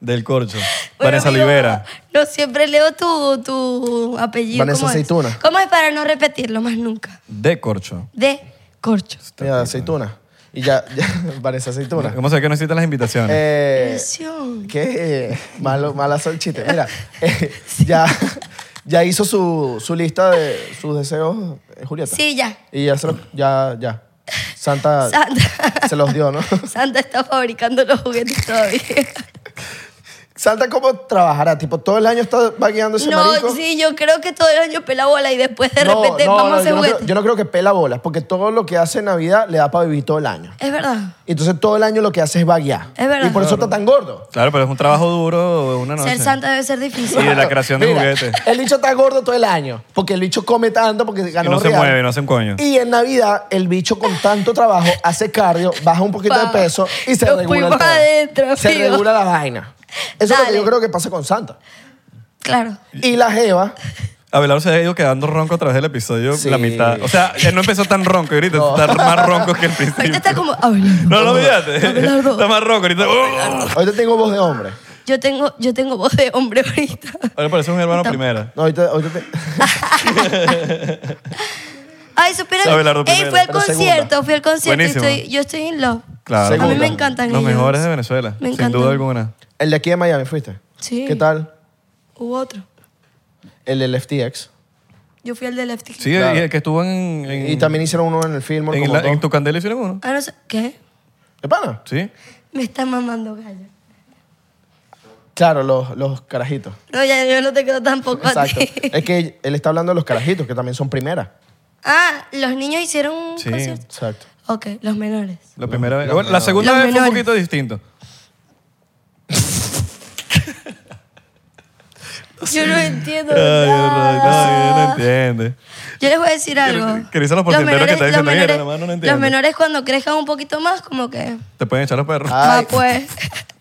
Del corcho.
Bueno,
Vanessa
amigo,
Olivera.
No siempre leo tu, tu apellido.
Vanessa
¿Cómo es?
Aceituna.
¿Cómo es para no repetirlo más nunca?
De corcho.
De corcho.
Mira, aceituna. Y ya, [laughs] ya parece aceituna.
¿Cómo sé que no necesitan las invitaciones?
Eh,
Presión.
Qué malo, mala son chiste. Mira, [laughs] eh, ya, ya hizo su, su lista de sus deseos, eh, Julieta.
Sí, ya.
[laughs] Y ya se los, ya, ya. Santa,
Santa.
se los dio, ¿no? [laughs]
Santa está fabricando los juguetes todavía.
Santa, ¿cómo trabajará? Tipo, todo el año está vagueando ese
no,
marico.
sí, yo creo que todo el año pela bola y después de
No,
repente
no,
vamos
no,
a hacer
yo, no creo,
juguetes.
yo no creo que pela bolas, porque todo lo que hace en Navidad le da para vivir todo el año.
Es verdad.
Y Entonces todo el año lo que hace es vaguear.
Es verdad.
Y por eso está tan gordo.
Claro, pero es un trabajo duro una noche.
Ser santa debe ser difícil.
Y de la creación de
Mira,
juguetes.
El bicho está gordo todo el año, porque el bicho come tanto, porque ganó
Y no se
real.
mueve, no hace un coño.
Y en Navidad, el bicho con
[laughs]
tanto trabajo hace cardio, baja un poquito de
Pa,
peso y se
nos
regula el
fuimos
pedo.
adentro,
Se
amigo.
regula la vaina. Eso es lo que
Dale.
yo creo que pasa con Santa.
Claro.
Y la Jeva.
Abelardo se ha ido quedando ronco a través del episodio
Sí.
la mitad. O sea, ya no empezó tan ronco y ahorita está más ronco que el principio.
Ahorita está como.
[laughs]
Abelardo.
No, no, fíjate.
Abelardo.
Está más ronco ahorita. Ahora
Ahorita tengo voz de hombre.
Yo tengo, yo tengo voz de hombre ahorita.
parece un hermano primera.
No, ahorita, ahorita te-
Ay, supieron.
Soy Abelardo
Ey,
primero.
fui al
Pero
concierto,
segunda.
fui al concierto y
Buenísimo.
estoy, yo estoy in love.
Claro.
A mí
Segunda.
me encantan
Los
ellos.
mejores de Venezuela,
Me
sin
encantan.
duda alguna.
El de aquí de Miami, ¿fuiste?
Sí.
¿Qué tal?
Hubo otro.
El del FTX.
Yo fui al de Lefty.
Sí,
Claro.
y el que estuvo en... en-
Y también hicieron uno en el Fillmore.
en,
como
la-
todo.
en tu candela hicieron uno.
Ah, no sé. ¿Qué?
¿Qué pana?
Sí.
Me está mamando gallo.
Claro, los, los carajitos.
No, ya yo no te quedo tampoco a
Exacto.
ti.
es que él está hablando de los carajitos, que también son primera.
[laughs] Ah, los niños hicieron un
Sí.
concierto.
Exacto.
Ok, los menores.
La primera vez. Bueno, la segunda
Los
vez fue un
menores.
poquito distinto.
Yo no entiendo.
Ay,
nada.
no, no entiende.
Yo les voy a decir algo.
Quiero- quiero decir los porcenteros que te dicen,
los
"Oye, nada
menores,
más no lo
los
entiendo".
menores cuando crezcan un poquito más, como que.
Te pueden echar los perros.
Ay.
Va pues.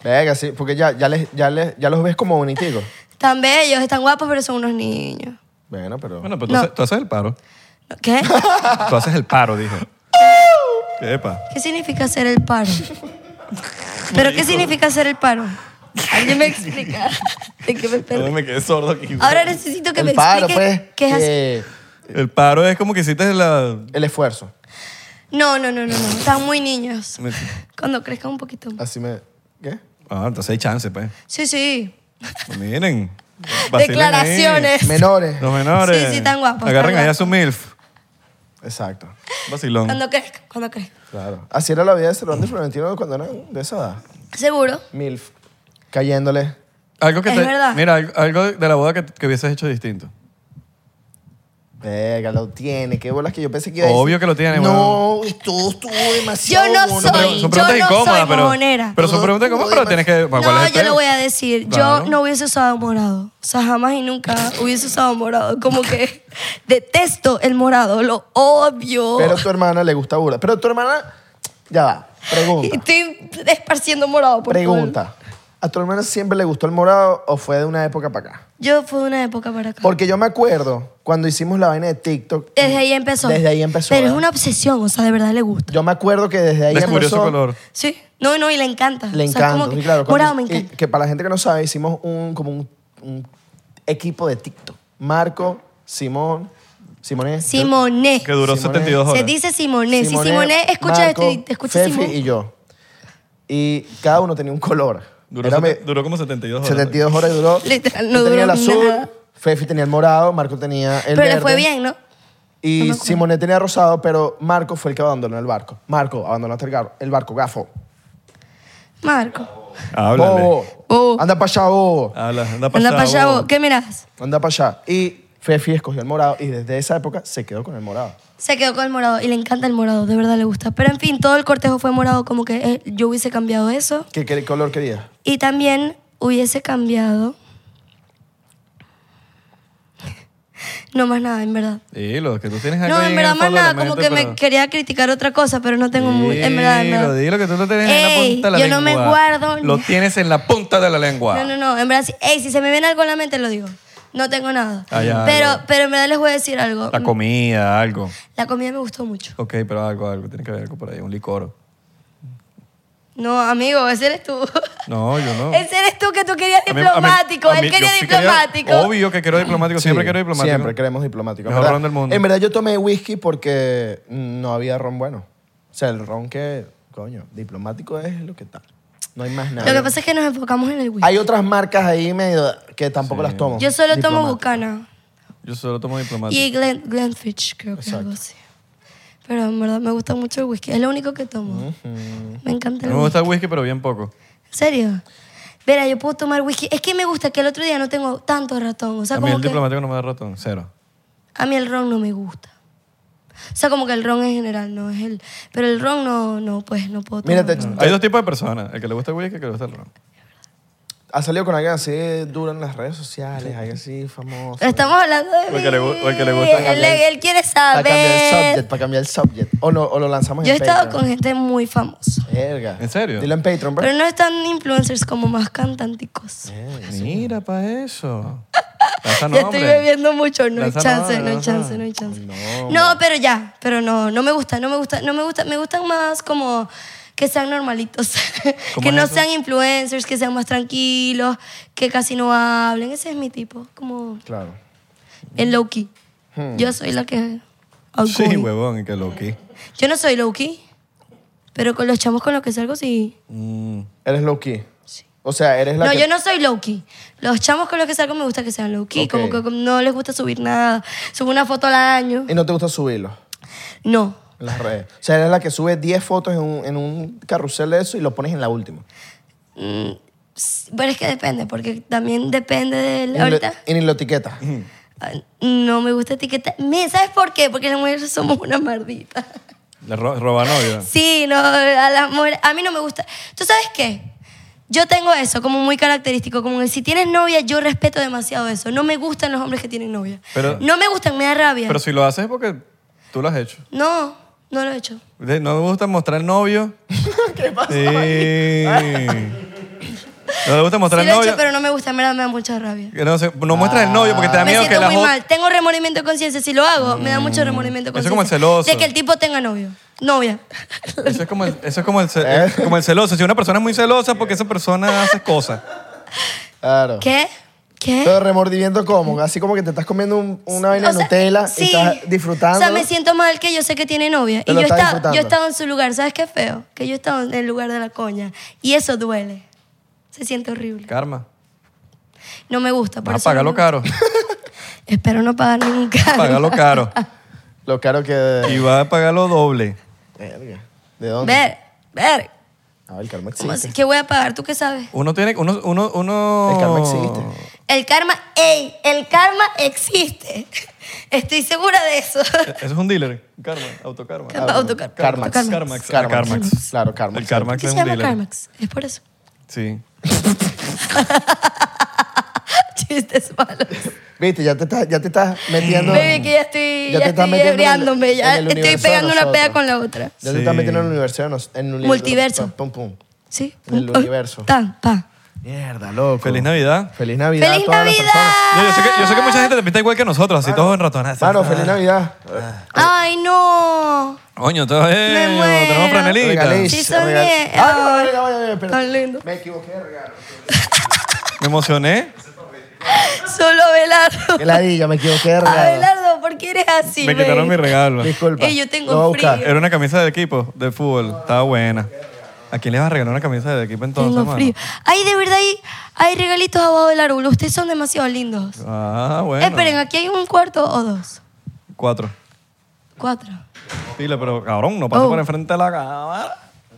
Venga, sí, porque ya, ya, les, ya, les, ya los ves como boniticos.
Están bellos, están guapos, pero son unos niños.
Bueno, pero...
Bueno, pero tú,
No.
haces, tú haces el paro.
¿Qué?
Tú haces el paro,
[laughs]
dije. Epa.
¿Qué significa hacer el paro? ¿Pero qué significa hacer el paro? Alguien me explica. ¿De qué me perdí?
Yo me quedé sordo aquí.
Ahora necesito que me
el paro,
expliquen
pues.
qué es hacer.
eh,
El paro es como que hiciste la...
el esfuerzo.
No, no, no, no, no. Están muy niños. Cuando crezcan un poquito. más.
Así me... ¿Qué?
Ah, entonces hay chance, pues.
Sí, sí.
Miren. vacilen ahí.
Declaraciones.
[laughs]
Menores.
Los menores.
Sí, sí, tan guapos, tan
Agarren allá
guapos.
su MILF.
Exacto.
Vacilón.
Cuando crezcan, cuando crezcan.
Claro. Así era la vida de Cervantes y Florentino cuando eran de esa edad.
Seguro.
Milf. Cayéndole.
Algo que
Es
te-
verdad.
Mira, algo, algo de la boda que, que hubieses hecho distinto.
Venga, lo tiene. Qué bolas que yo pensé que iba a
Obvio
decir.
que lo tiene,
No, esto estuvo demasiado
Yo no
bueno.
soy.
Pero
yo
son preguntas
no soy
incómodas, pero.
mojonera.
Pero son preguntas incómodas, pero tienes que. ¿cuál
no,
es el
yo
tema?
lo voy a decir.
Claro.
Yo no hubiese usado morado. O sea, jamás y nunca hubiese usado morado. Como
[laughs]
que detesto el morado, lo obvio.
Pero a tu hermana le gusta burda. Pero tu hermana... Ya va. Pregunta.
Estoy esparciendo morado por todo el-
Pregunta. ¿A tu hermana siempre le gustó el morado o fue de una época para acá?
Yo fue de una época para acá.
Porque yo me acuerdo cuando hicimos la vaina de TikTok.
Desde ahí empezó.
Desde ahí empezó.
Pero es
¿eh?
una obsesión, o sea, de verdad le gusta.
Yo me acuerdo que desde ahí
Descubrió su
empezó.
color.
Sí. No, no, y le encanta.
Le
O sea,
encanta.
como que,
sí, claro, cuando-
morado me
y
encanta.
que para la gente que no sabe, hicimos un, como un, un equipo de TikTok. Marco, Simón, Simone.
Simoné.
Que duró
Simone.
72 horas.
Se dice Simoné. Si Simoné escucha esto y te escucha
Fefi
Simón.
y yo. Y cada uno tenía un color.
Duró,
Era
sete-
me-
duró como 72 horas.
72 horas duró.
Literal, no
Yo tenía el
duró
azul,
nada.
Fefi tenía el morado, Marco tenía el
Pero
verde.
le fue bien, ¿no?
Y Simone tenía rosado, pero Marco fue el que abandonó el barco. Marco, abandonaste el, gar- el barco, gafo.
Marco.
Háblale.
Bobo.
Bobo.
Anda para allá, bobo.
Habla, anda para
Anda para allá vos. ¿Qué miras?
Anda para allá. Y Fefi escogió el morado y desde esa época se quedó con el morado.
Se quedó con el morado y le encanta el morado, de verdad le gusta. Pero en fin, todo el cortejo fue morado, como que eh, yo hubiese cambiado eso.
¿Qué, qué color querías?
Y también hubiese cambiado. [laughs] No más nada, en verdad.
Y lo que tú tienes algo
No,
ahí
en verdad
el
más
fondo de la
nada, como que
mente,
me
pero-
quería criticar otra cosa, pero no tengo muy. En verdad, en
Dilo,
verdad.
dilo, que tú lo tienes en la
Ey,
punta de la
yo
lengua.
no me guardo.
Lo tienes en la punta de la lengua.
No, no, no. En verdad, si, ey, si se me viene algo en la mente, lo digo. No tengo nada.
Ah, ya,
pero,
algo.
pero en verdad les voy a decir algo.
La comida, algo.
La comida me gustó mucho.
Ok, pero algo, algo. Tiene que haber algo por ahí. Un licor.
No, amigo, ese eres tú.
No, yo no.
Ese eres tú que tú querías
A mí- a mí-
diplomático.
a mí-
Él quería
yo sí quería-
diplomático.
obvio que quiero diplomático. Siempre
Sí,
quiero diplomático.
Siempre queremos diplomático. en
Mejor
verdad.
ron del mundo.
En verdad yo tomé whisky porque no había ron bueno. O sea, el ron que, coño, diplomático es lo que tal. No hay más nada.
Lo que pasa es que nos enfocamos en el whisky.
Hay otras marcas ahí medio que tampoco las tomo.
Yo solo tomo
Diplomático.
Bucana
Yo solo tomo diplomático.
y Glen, Glenfiddich, creo que es algo así. Pero en verdad me gusta mucho el whisky. Es lo único que tomo. Me
A
encanta el
mí me gusta el whisky, pero bien poco.
¿En serio? Verá, yo puedo tomar whisky. Es que me gusta que el otro día no tengo tanto ratón. O sea,
A mí
como
el
que
diplomático no me da ratón. Cero.
a mí el ron no me gusta. O sea, como que el ron en general no es el... Pero el ron no, no pues no puedo tomar.
Mírate,
Hay dos tipos de personas. El que le gusta el whisky y el que le gusta el ron.
ha salido con alguien así duro en las redes sociales, alguien así famoso.
Estamos hablando de
O el que le gu- o el que le
mí.
gusta
Él, él quiere
Para cambiar el subject,
saber.
para cambiar el subject. O, no, o lo lanzamos
Yo he
en
estado
Patreon.
con gente muy famosa.
Verga.
¿En serio?
Dilo en Patreon, pues. bro.
Pero no están influencers como más cantánticos.
Mira para eso. Lanza
Ya estoy
nombre.
bebiendo mucho, no hay
Ah, Lanza
chance,
nombre,
no hay
lanza
chance, no
nombre.
hay chance. No, pero ya, pero no, no me gusta, no me gusta, no me gusta, me gustan más como que sean normalitos, [laughs]
¿Cómo
que
es
no
eso?
sean influencers, que sean más tranquilos, que casi no hablen, ese es mi tipo, como
Claro.
Hmm.
el low key. Yo soy la que alcohol.
Sí, huevón, y que lo que.
Yo no soy low-key, pero con los chamos con los que salgo sí.
Mm,
Eres low key. O sea, eres la
No,
que...
yo no soy low-key. Los chamos con los que salgo me gusta que sean low-key,
Ok.
como que como no les gusta subir nada. Subo una foto al año.
Eh.
Y no te gusta subirlo
No.
en las redes. O sea, eres la que sube 10 fotos en un, en un carrusel de eso y lo pones en la última.
S- Mm. Pero es que depende, porque también depende de
Y
la-
ni lo-
ahorita.
Y ni lo etiquetas.
ah, No me gusta etiquetar. Mira, ¿Sabes por qué? Porque las mujeres somos una mardita.
Le ro- roba novia.
Sí, no, a las mujeres- a mí no me gusta. ¿Tú sabes qué? Yo tengo eso como muy característico, como que si tienes novia, yo respeto demasiado eso. No me gustan los hombres que tienen novia.
Pero-
no me gustan, me da rabia.
Pero si lo haces es porque tú lo has hecho.
no, no lo he hecho.
De- No me gusta mostrar
[laughs]
novio.
¿Qué pasa?
Sí. No le gusta mostrar
sí lo he
novio.
hecho, pero no me gusta, en verdad me da mucha rabia.
Que No, se- no muestras el novio porque te Ah. da
me
miedo
siento
que la
muy
jo- Mm.
mal. Tengo remordimiento de conciencia. Si lo hago, me da mucho remordimiento de
Eso es
conciencia.
como el celoso.
De que el tipo tenga novio.
[laughs]
Novia.
Eso es como el, eso es como el,
¿Eh?
ce- es como el celoso. Si una persona es muy celosa, porque esa persona hace cosas.
Claro.
¿Qué? ¿Qué?
Pero remordimiento como, así como que te estás comiendo un- una vaina
O sea,
de Nutella
sí.
y estás disfrutando.
O sea, me siento mal que yo sé que tiene novia.
Te
y
lo
yo
estás
estaba,
disfrutando.
yo estaba en su lugar. ¿Sabes qué feo? Que yo estaba en el lugar de la coña. Y eso duele. Se siente horrible.
Karma.
No me gusta. Por
Vas a
eso no
pagarlo
me-
Ah, caro.
[laughs] Espero no pagar
[laughs]
ningún caro.
Pagarlo caro.
Lo caro
Y
que...
va a pagarlo doble.
Verga. ¿De dónde?
Ver, ver.
Ah, el karma
¿Cómo
existe.
así? ¿Qué voy a pagar? ¿Tú qué sabes?
Uno tiene. Uno, uno, uno...
El karma existe.
El karma, ey, el karma existe. [laughs] Estoy segura de
[laughs]
eso.
Eh, Eso es un dealer. Karma. Autokarma.
Ah, Karma, autocar-
Karmax.
autocarmax.
Karmax.
Karmax.
Ah, Karmax.
Claro, Karmax.
El Karmax
¿Por qué
es
se
un
llama
dealer.
karmax? Es por eso.
Sí.
[laughs] Chistes malos.
Viste, ya te estás, ya te estás metiendo...
Baby, que ya estoy, ya
Ya te estás
estoy
metiendo en el-
ebriándome, ya
en el
estoy
universo
pegando
de
una peda
nosotros.
con la otra.
Ya te estás
Sí.
metiendo en el universo. de nos- En un universo.
Multiverso.
Pum, pum, pum.
¿Sí?
En el
Oh,
universo.
Tan, pa.
Mierda, loco.
Feliz Navidad.
Feliz Navidad
¡Feliz
a todas las
Navidad!
personas.
Yo, yo sé que, yo sé que mucha gente te pinta igual que nosotros, así todos en ratonadas.
Mano, feliz Navidad.
Ay, no.
Coño, todo es.
Me muero.
Eh, Tenemos franelita.
Regaléis.
Sí, son
regal-
bien.
Ah, no, no, no, no, no, no,
Tan
espera.
lindo.
Me equivoqué de regalo.
Me emocioné.
Solo Abelardo.
Que ladilla, me equivoqué de regalo.
Abelardo, ¿por qué eres así?
Me quitaron mi
babe?
regalo.
Disculpa.
Ey, yo tengo
Lo voy a buscar.
frío.
Era una camisa de equipo de fútbol. Estaba buena. ¿A quién le vas a regalar una camisa de equipo entonces,
Tengo
mano?
frío. Ay, de verdad, hay, hay regalitos abajo del árbol. Ustedes son demasiado lindos.
Ah, bueno.
Esperen, aquí hay un cuarto o dos.
Cuatro.
Cuatro.
Pila, pero cabrón, no paso
Oh.
por enfrente de la cámara.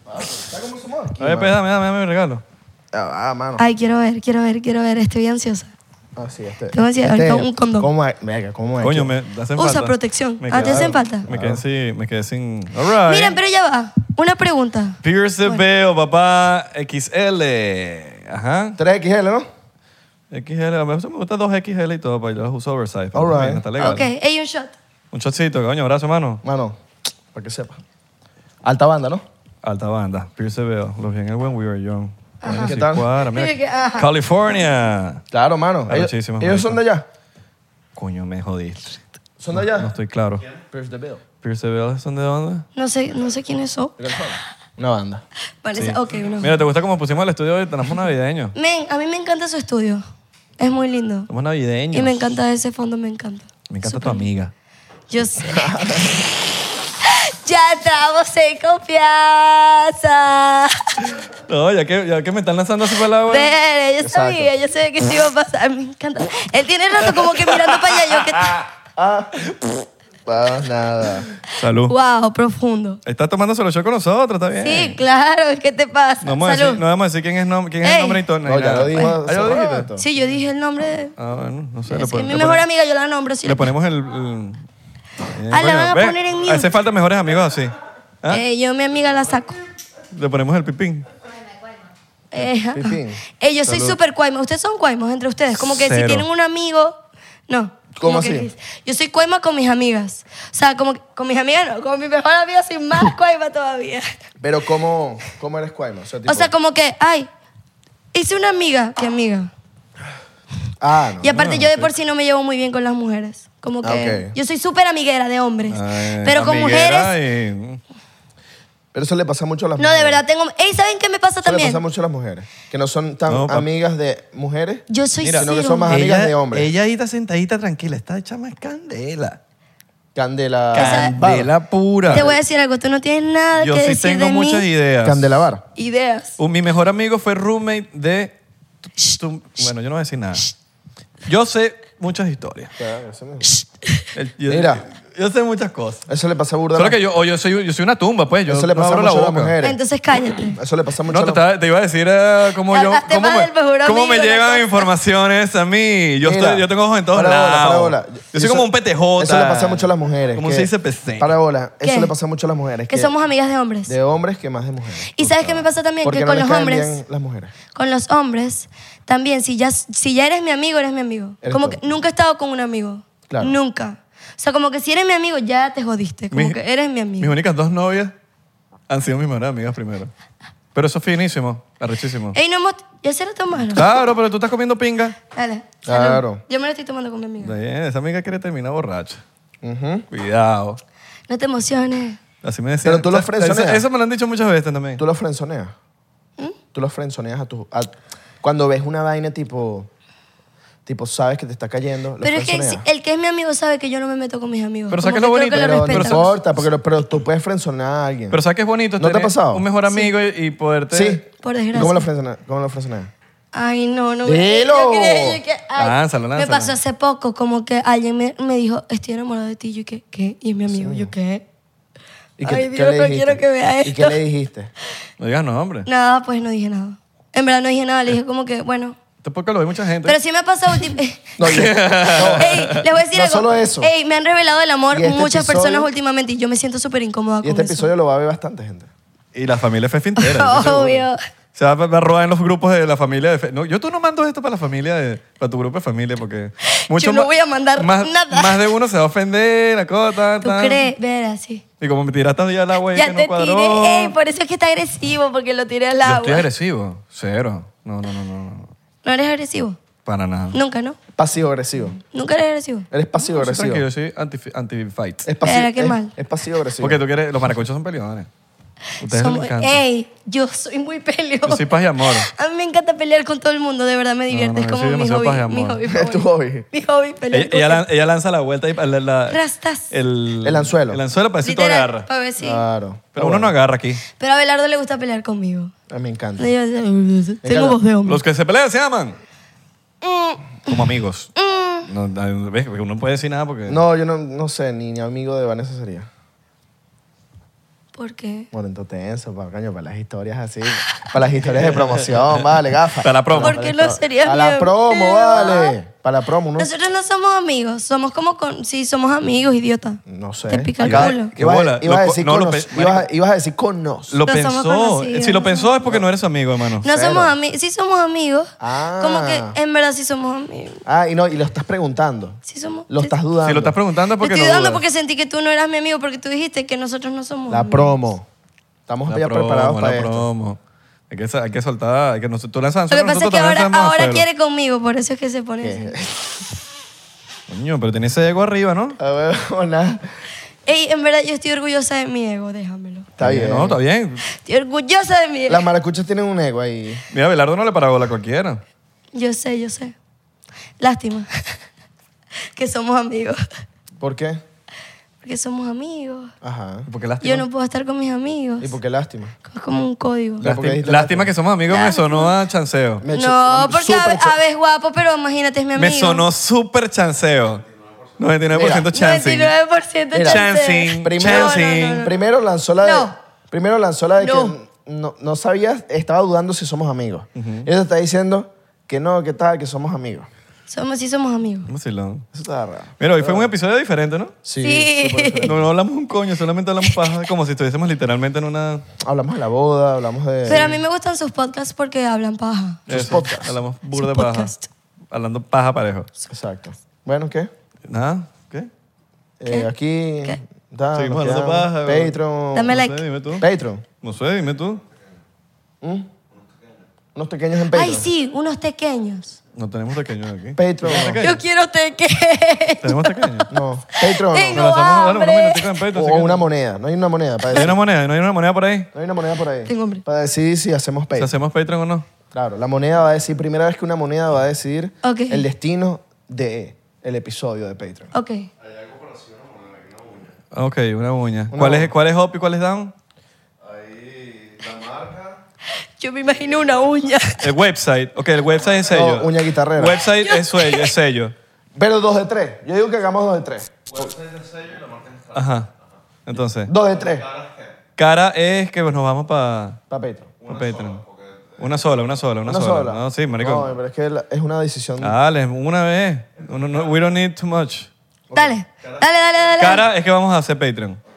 A ver, pues, dame, dame, dame mi regalo.
Ah, ah, mano.
Ay, quiero ver, quiero ver, quiero ver. Estoy ansiosa.
Ah, sí, este.
Te voy a decir, ahorita un condón.
¿Cómo es? Venga, ¿cómo es?
Coño, me hacen
Usa
falta.
protección.
Me
Ah, ¿te
quedé-
hacen falta?
Me quedé sin... Me quedé sin... All right.
Miren, pero ya va. Una pregunta.
Pierce the Veil, papá. XL. Ajá.
3XL, ¿no?
XL. A mí me gustan dos xl y todo, pero yo los uso oversize. pero
All right.
bien, Está legal.
Ok, hay un shot.
Un chocito, coño. Abrazo, mano.
Mano, para que sepa. Alta banda, ¿no?
Alta banda. Pierce the Veil. Los vi en el When We Were Young. Coño,
¿Qué
sí,
tal?
cuadra, mira.
Mira que- ajá.
California.
Claro, mano. Ellos,
Arrechísimo,
ellos son de allá.
Coño, me jodiste.
Son de allá.
No estoy claro.
Pierce the Veil.
¿Pierce the Veil son de dónde?
No sé, no sé quiénes son.
Una banda.
Parece, ok, uno.
Mira, ¿te gusta cómo pusimos el estudio hoy? Tenemos navideño.
Men, a mí me encanta su estudio. Es muy lindo.
Somos navideños.
Y me encanta ese fondo, me encanta.
Me encanta tu amiga. [laughs]
Yo sé. [laughs] ya entramos en confianza.
No, ya que, ya que me están lanzando así para la agua.
Ver, yo
Exacto.
sabía, yo sabía que esto iba a pasar. Me encanta. Él tiene rato como que mirando para allá.
[laughs]
Yo que...
Ah, ah, nada.
Salud.
Wow, profundo.
Estás tomándose los show con nosotros, está bien.
Sí, claro, ¿qué te pasa?
Eh. No vamos, a
Salud.
decir, no vamos a decir quién es, nom- quién es
Ey.
el nombre y todo. ni
No, ya
nada.
lo dijo.
Ah, ya lo
hace
dijiste.
rato.
Sí, yo dije el nombre de...
Ah, bueno, no sé.
Es
le
que
pon-
mi
le
mejor
pone-
amiga yo la nombro. Si
Le ponemos el... el-
Ah, la
Eh,
van a
ve,
poner en mute.
Hace falta mejores amigos así. ¿Ah?
Eh, yo a mi amiga la saco.
Le ponemos el pipín.
Eh,
Pipín.
[laughs] eh, yo soy súper cuaima. Ustedes son cuaimos entre ustedes. Como que
Cero.
si tienen un amigo... No.
¿Cómo
como que
así?
Yo soy cuaima con mis amigas. O sea, como que- con mis amigas no. Con mi mejor amiga soy más cuaima todavía.
Pero, ¿cómo, cómo eres cuaima? O sea, tipo,
O sea, como que... Ay, hice una amiga. ¿Qué amiga?
Ah, no.
Y aparte yo de por sí no me llevo muy bien con las mujeres. Como que
Ah, ok.
yo soy súper amiguera de hombres.
Ay,
pero con
amiguera
mujeres...
y-
Pero eso le pasa mucho a las
No,
mujeres.
de verdad tengo... Ey, ¿saben qué me pasa
Eso le
también?
pasa mucho a las mujeres. Que no son tan
No, pa-
amigas de mujeres.
Yo soy
Mira, sino que
cero.
son más- amigas de hombres.
Ella ahí está sentadita tranquila, está hecha más candela.
Candela.
Esa-
Candela pura.
Te voy a decir algo, tú no tienes nada
Yo
que
sí
decir
tengo
de
muchas
mí.
ideas.
Candela Bar.
Ideas.
Un- mi mejor amigo fue roommate de... tu- bueno, yo no voy a decir nada. Yo sé muchas historias. El- yo-
Mira.
Yo sé muchas cosas.
Eso le pasa a burda.
Solo que yo, o yo, soy, yo soy una tumba, pues. Yo
Eso le
no
pasa
abro la
mucho a las
boca.
mujeres.
Entonces cállate.
Eso le pasa mucho
No,
a
te,
las
estaba- te iba a decir eh, cómo yo.
Hablaste
Cómo
mal
me,
del mejor
cómo
amigo,
me
la
llegan
cosa.
informaciones a mí. Yo,
Mira,
estoy, yo tengo ojos en todos
para bola,
lados.
para bola.
Yo soy
Eso-
como un PTJ.
Eso le pasa mucho a las mujeres.
Como
que-
se dice PC.
Para bola. Eso
¿Qué?
le pasa mucho a las mujeres.
Que somos amigas de hombres.
De hombres que más de mujeres.
Y sabes qué me pasa también,
Porque
que
no
con
les
los
caen
hombres,
bien las mujeres.
con los hombres, también, si ya, si ya eres mi amigo, eres mi amigo.
Eres
como
todo.
que nunca he estado con un amigo.
Claro.
Nunca. O sea, como que si eres mi amigo, ya te jodiste. Como
Mis-
que eres mi
Mis
amigo.
únicas dos novias han sido mis mejores amigas primero. Pero eso es finísimo, arrechísimo.
Ey, no hemos... ¿Ya se lo tomaron?
Claro, pero tú estás comiendo pinga.
Dale. salud.
Claro.
Yo me lo estoy tomando con mi amiga.
Está bien, esa amiga quiere terminar borracha.
Ujú.
Cuidado.
No te emociones.
Así me decían.
Pero tú lo
O sea, eso,
frenzoneas.
eso me lo han dicho muchas veces también.
Tú los frenzoneas.
¿Mm?
Tú los frenzoneas a tus. a- Cuando ves una vaina tipo. Tipo, sabes que te está cayendo. los
Pero es que si-
frenzoneas.
el que es mi amigo sabe que yo no me meto con mis amigos.
Pero
Como
¿sabes qué es lo
que creo
bonito?
que
Pero
lo
no
respetan.
respeto.
importa, porque, lo- pero tú puedes frenzonar a alguien.
Pero ¿sabes qué es bonito?
¿No te ha
Tener
pasado?
Un mejor amigo y, y poderte...
sí.
Por desgracia.
¿Cómo lo frenzoneas? ¿Cómo lo frenzoneas?
Ay, no, no.
Dilo.
Yo creí, yo que- ay,
Lánzalo,
Me
lánzalo.
pasó hace poco, como que alguien me, me dijo, estoy enamorado de ti. Yo, ¿qué? ¿Qué? Y es mi amigo, yo, ¿qué? Ay, Dios, no quiero que vea
¿Y
esto.
qué le dijiste?
No digas no, hombre.
Nada, pues no dije nada. En verdad no dije nada, le dije como que, bueno.
Tampoco lo ve mucha gente.
Pero sí me ha pasado
[laughs]
últim- [laughs]
No, este yo- no.
Ey, les voy a decir
No
algo.
solo eso.
Ey, me han revelado el amor
Y este
muchas
episodio-
personas últimamente y yo me siento súper incómoda
Y
con
este
eso.
episodio lo va a ver bastante gente.
Y la familia Fefi
[laughs]
entera.
Obvio.
Se va a, va a rodar en los grupos de la familia de Fe- No, yo tú no mando esto para la familia de, para tu grupo de familia porque mucho
Yo no
ma-
voy a mandar
más,
nada.
Más de uno se va a ofender, la cosa, tan,
¿Tú
tan.
crees? Ver así.
Y como me tiraste ya al agua y que
Ya
no
te
cuadró.
tiré. Ey, por eso es que está agresivo, porque lo tiré al
Yo
agua.
estoy agresivo, cero. No, no, no, no, no.
¿No eres agresivo?
para nada.
Nunca, ¿no?
Pasivo-agresivo.
Nunca eres agresivo.
Eres pasivo-agresivo.
Tranquilo, yo soy anti- anti-fight.
Es pasivo.
Era, qué
es,
mal.
Es pasivo-agresivo.
Porque tú quieres, los maracuchos son peleadores. Ustedes les
Somos-
encanta.
ey, yo soy muy peleón.
Yo soy paz y amor.
[laughs] A mí me encanta pelear con todo el mundo, de verdad me divierte.
no,
es
yo soy
como mi
demasiado
hobby,
paz de
mi
amor.
hobby.
[laughs] Es tu
favorito.
hobby.
Mi hobby pelear.
Ella, ella lan- ella lanza la vuelta y la, la-
Rastas.
el,
El Ah. anzuelo.
El anzuelo para decir tú
Literal,
agarra.
pa' ver si-
Claro.
Pero uno no agarra aquí.
Pero a Belardo le gusta pelear conmigo.
Ah, Me encanta.
Yo- Tengo voz de hombre. Mm,
Los que se pelean se aman. Como amigos. No, no, ves, uno no puede decir nada porque.
No, yo no, no sé, ni, ni amigo de Vanessa sería.
¿Por qué?
Momento tenso, para, coño, para las historias así. Para las historias de
[laughs]
promoción, vale, gafa.
Para la promo.
¿Por qué no sería
Para la
mi
promo,
amigo?
vale. Para la promo, ¿no?
Nosotros no somos amigos, somos como con... Sí, somos amigos, idiota.
No sé.
Te pica el
Acá-
culo.
Qué
Ibas
bola.
a, ibas a
Lo-
decir
no,
con
lo
nos.
pe-
ibas, a- ibas a decir con nos.
Lo
No somos
pensó.
conocidos,
Si lo
no
pensó es porque no eres su amigo, hermano.
No
Cero.
somos amigos, sí somos amigos.
Ah.
Como que en verdad sí somos amigos.
Ah, y no, y lo estás preguntando.
Sí somos...
Lo estás dudando.
Si lo estás preguntando es
Te
porque
estoy
lo
dudando
dudas.
porque sentí que tú no eras mi amigo porque tú dijiste que nosotros no somos
La
amigos.
promo. Estamos
La
ya
promo,
preparados para
la
esto.
promo. Hay que, sa- hay que soltar, hay que nos, tú lanzas
Lo que
anzuelo,
pasa
nosotros
es que
también
ahora,
lanzamos
ahora
anzuelo.
quiere conmigo, por eso es que se pone así.
Coño, pero tenés ese ego arriba, ¿no?
A ver, [laughs] hola.
Ey, en verdad yo estoy orgullosa de mi ego, déjamelo.
Está bien.
No, está bien.
Estoy orgullosa de mi ego.
Las maracuchas tienen un ego ahí.
Mira, Belardo no le paraba bola a cualquiera.
Yo sé, yo sé. Lástima. [laughs] que somos amigos.
¿Por qué?
Porque somos amigos.
Ajá.
Porque lástima.
Yo no puedo estar con mis amigos.
¿Y por qué lástima?
Es como un código.
La- porque
Lástima,
dijiste
lástima
lástima.
que somos amigos, me sonó a chanceo.
Me
no, porque
súper
Abe,
cho-
Abe es guapo, pero imagínate, es mi amigo.
Me sonó súper chanceo. 99% chancing.
99%
Mira,
chancing.
Primero-
chancing.
Primero lanzó la de.
No.
Primero lanzó la de
No.
que no, no sabías, estaba dudando si somos amigos. Ella te está diciendo que no, que tal, que somos amigos.
Somos, sí somos amigos.
Vamos a decirlo.
Eso está raro.
Mira, hoy fue un episodio diferente, ¿no?
Sí.
No, no hablamos un coño, solamente
[laughs]
hablamos paja, como si estuviésemos literalmente en una...
Hablamos de la boda, hablamos de.
Pero a mí me gustan sus podcasts porque hablan paja.
Sus
Eso,
podcasts.
Hablamos burda de
Sus
paja.
podcasts.
Hablando paja parejo.
Exacto. Bueno, ¿qué?
¿Nada? ¿Qué?
Eh, aquí. da,
Seguimos
nos
hablando
quedamos.
paja, güey.
Patreon.
Dame
No
like.
sé, dime tú.
Patreon.
No sé, dime tú.
¿Mm? Unos pequeños en Patreon.
Ay, sí, unos pequeños.
No tenemos pequeños aquí.
Patreon.
¿Qué?
Yo quiero [laughs] tequeños.
Tenemos
[laughs]
pequeños.
No. Patreon.
Pero
Tengo
no.
hacemos dale, unos
hambre.
minuticos en Patreon,
O
si quieres.
una moneda. No hay una moneda para
¿Hay
decir.
una moneda? ¿No hay una moneda por ahí?
No hay una moneda por ahí.
Tengo hambre.
Para decidir si hacemos
¿Si
Patreon.
hacemos Patreon o no?
Claro, la moneda va a decir, primera vez que una moneda va a decidir
Ok.
el destino de el episodio de Patreon.
Ok.
Ok, una uña.
Una
¿Cuál,
uña.
Es, ¿Cuál es up y cuál es down?
Yo me imagino una uña.
El website. Ok, el website es sello.
No, uña guitarrera. [laughs]
Website es sello, es sello.
Pero dos de tres. Yo digo que hagamos dos de tres.
Ajá. Entonces,
Dos de tres.
cara es que pues, nos vamos para
Pa' Patreon.
Patreon. una sola, una sola, una,
Una sola.
No, sí, Ah,
No,
marico.
pero es que la- es una decisión.
Dale, una vez. Uno no- we don't need too much.
Dale, dale, dale, dale.
Cara es que vamos a hacer Patreon.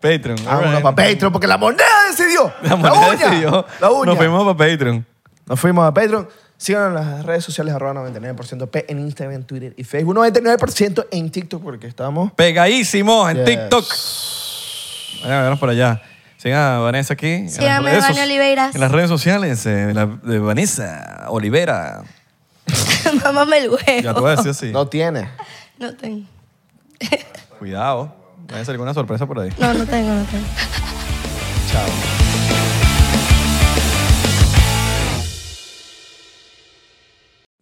Patreon.
Ah,
alright.
bueno, para Patreon, porque la moneda decidió.
[laughs] La moneda
uña.
decidió.
La uña.
Nos fuimos para Patreon.
Nos fuimos a Patreon. Síganos en las redes sociales, arroba 99% P en Instagram, en Twitter y Facebook. 99% en TikTok, porque estamos...
Pegadísimos en
Yes.
TikTok. Vayan a vernos por allá. Sigan a Vanessa aquí. en las
Síganme,
redes
Vane
soci-
Oliveiras.
En las redes sociales eh, de, la- de Vanessa Olivera.
[laughs] Mámame el huevo.
Ya te voy a decir así.
No tiene.
No tengo.
Cuidado. Va a salir con una sorpresa por ahí.
No, no tengo, no tengo.
Chao.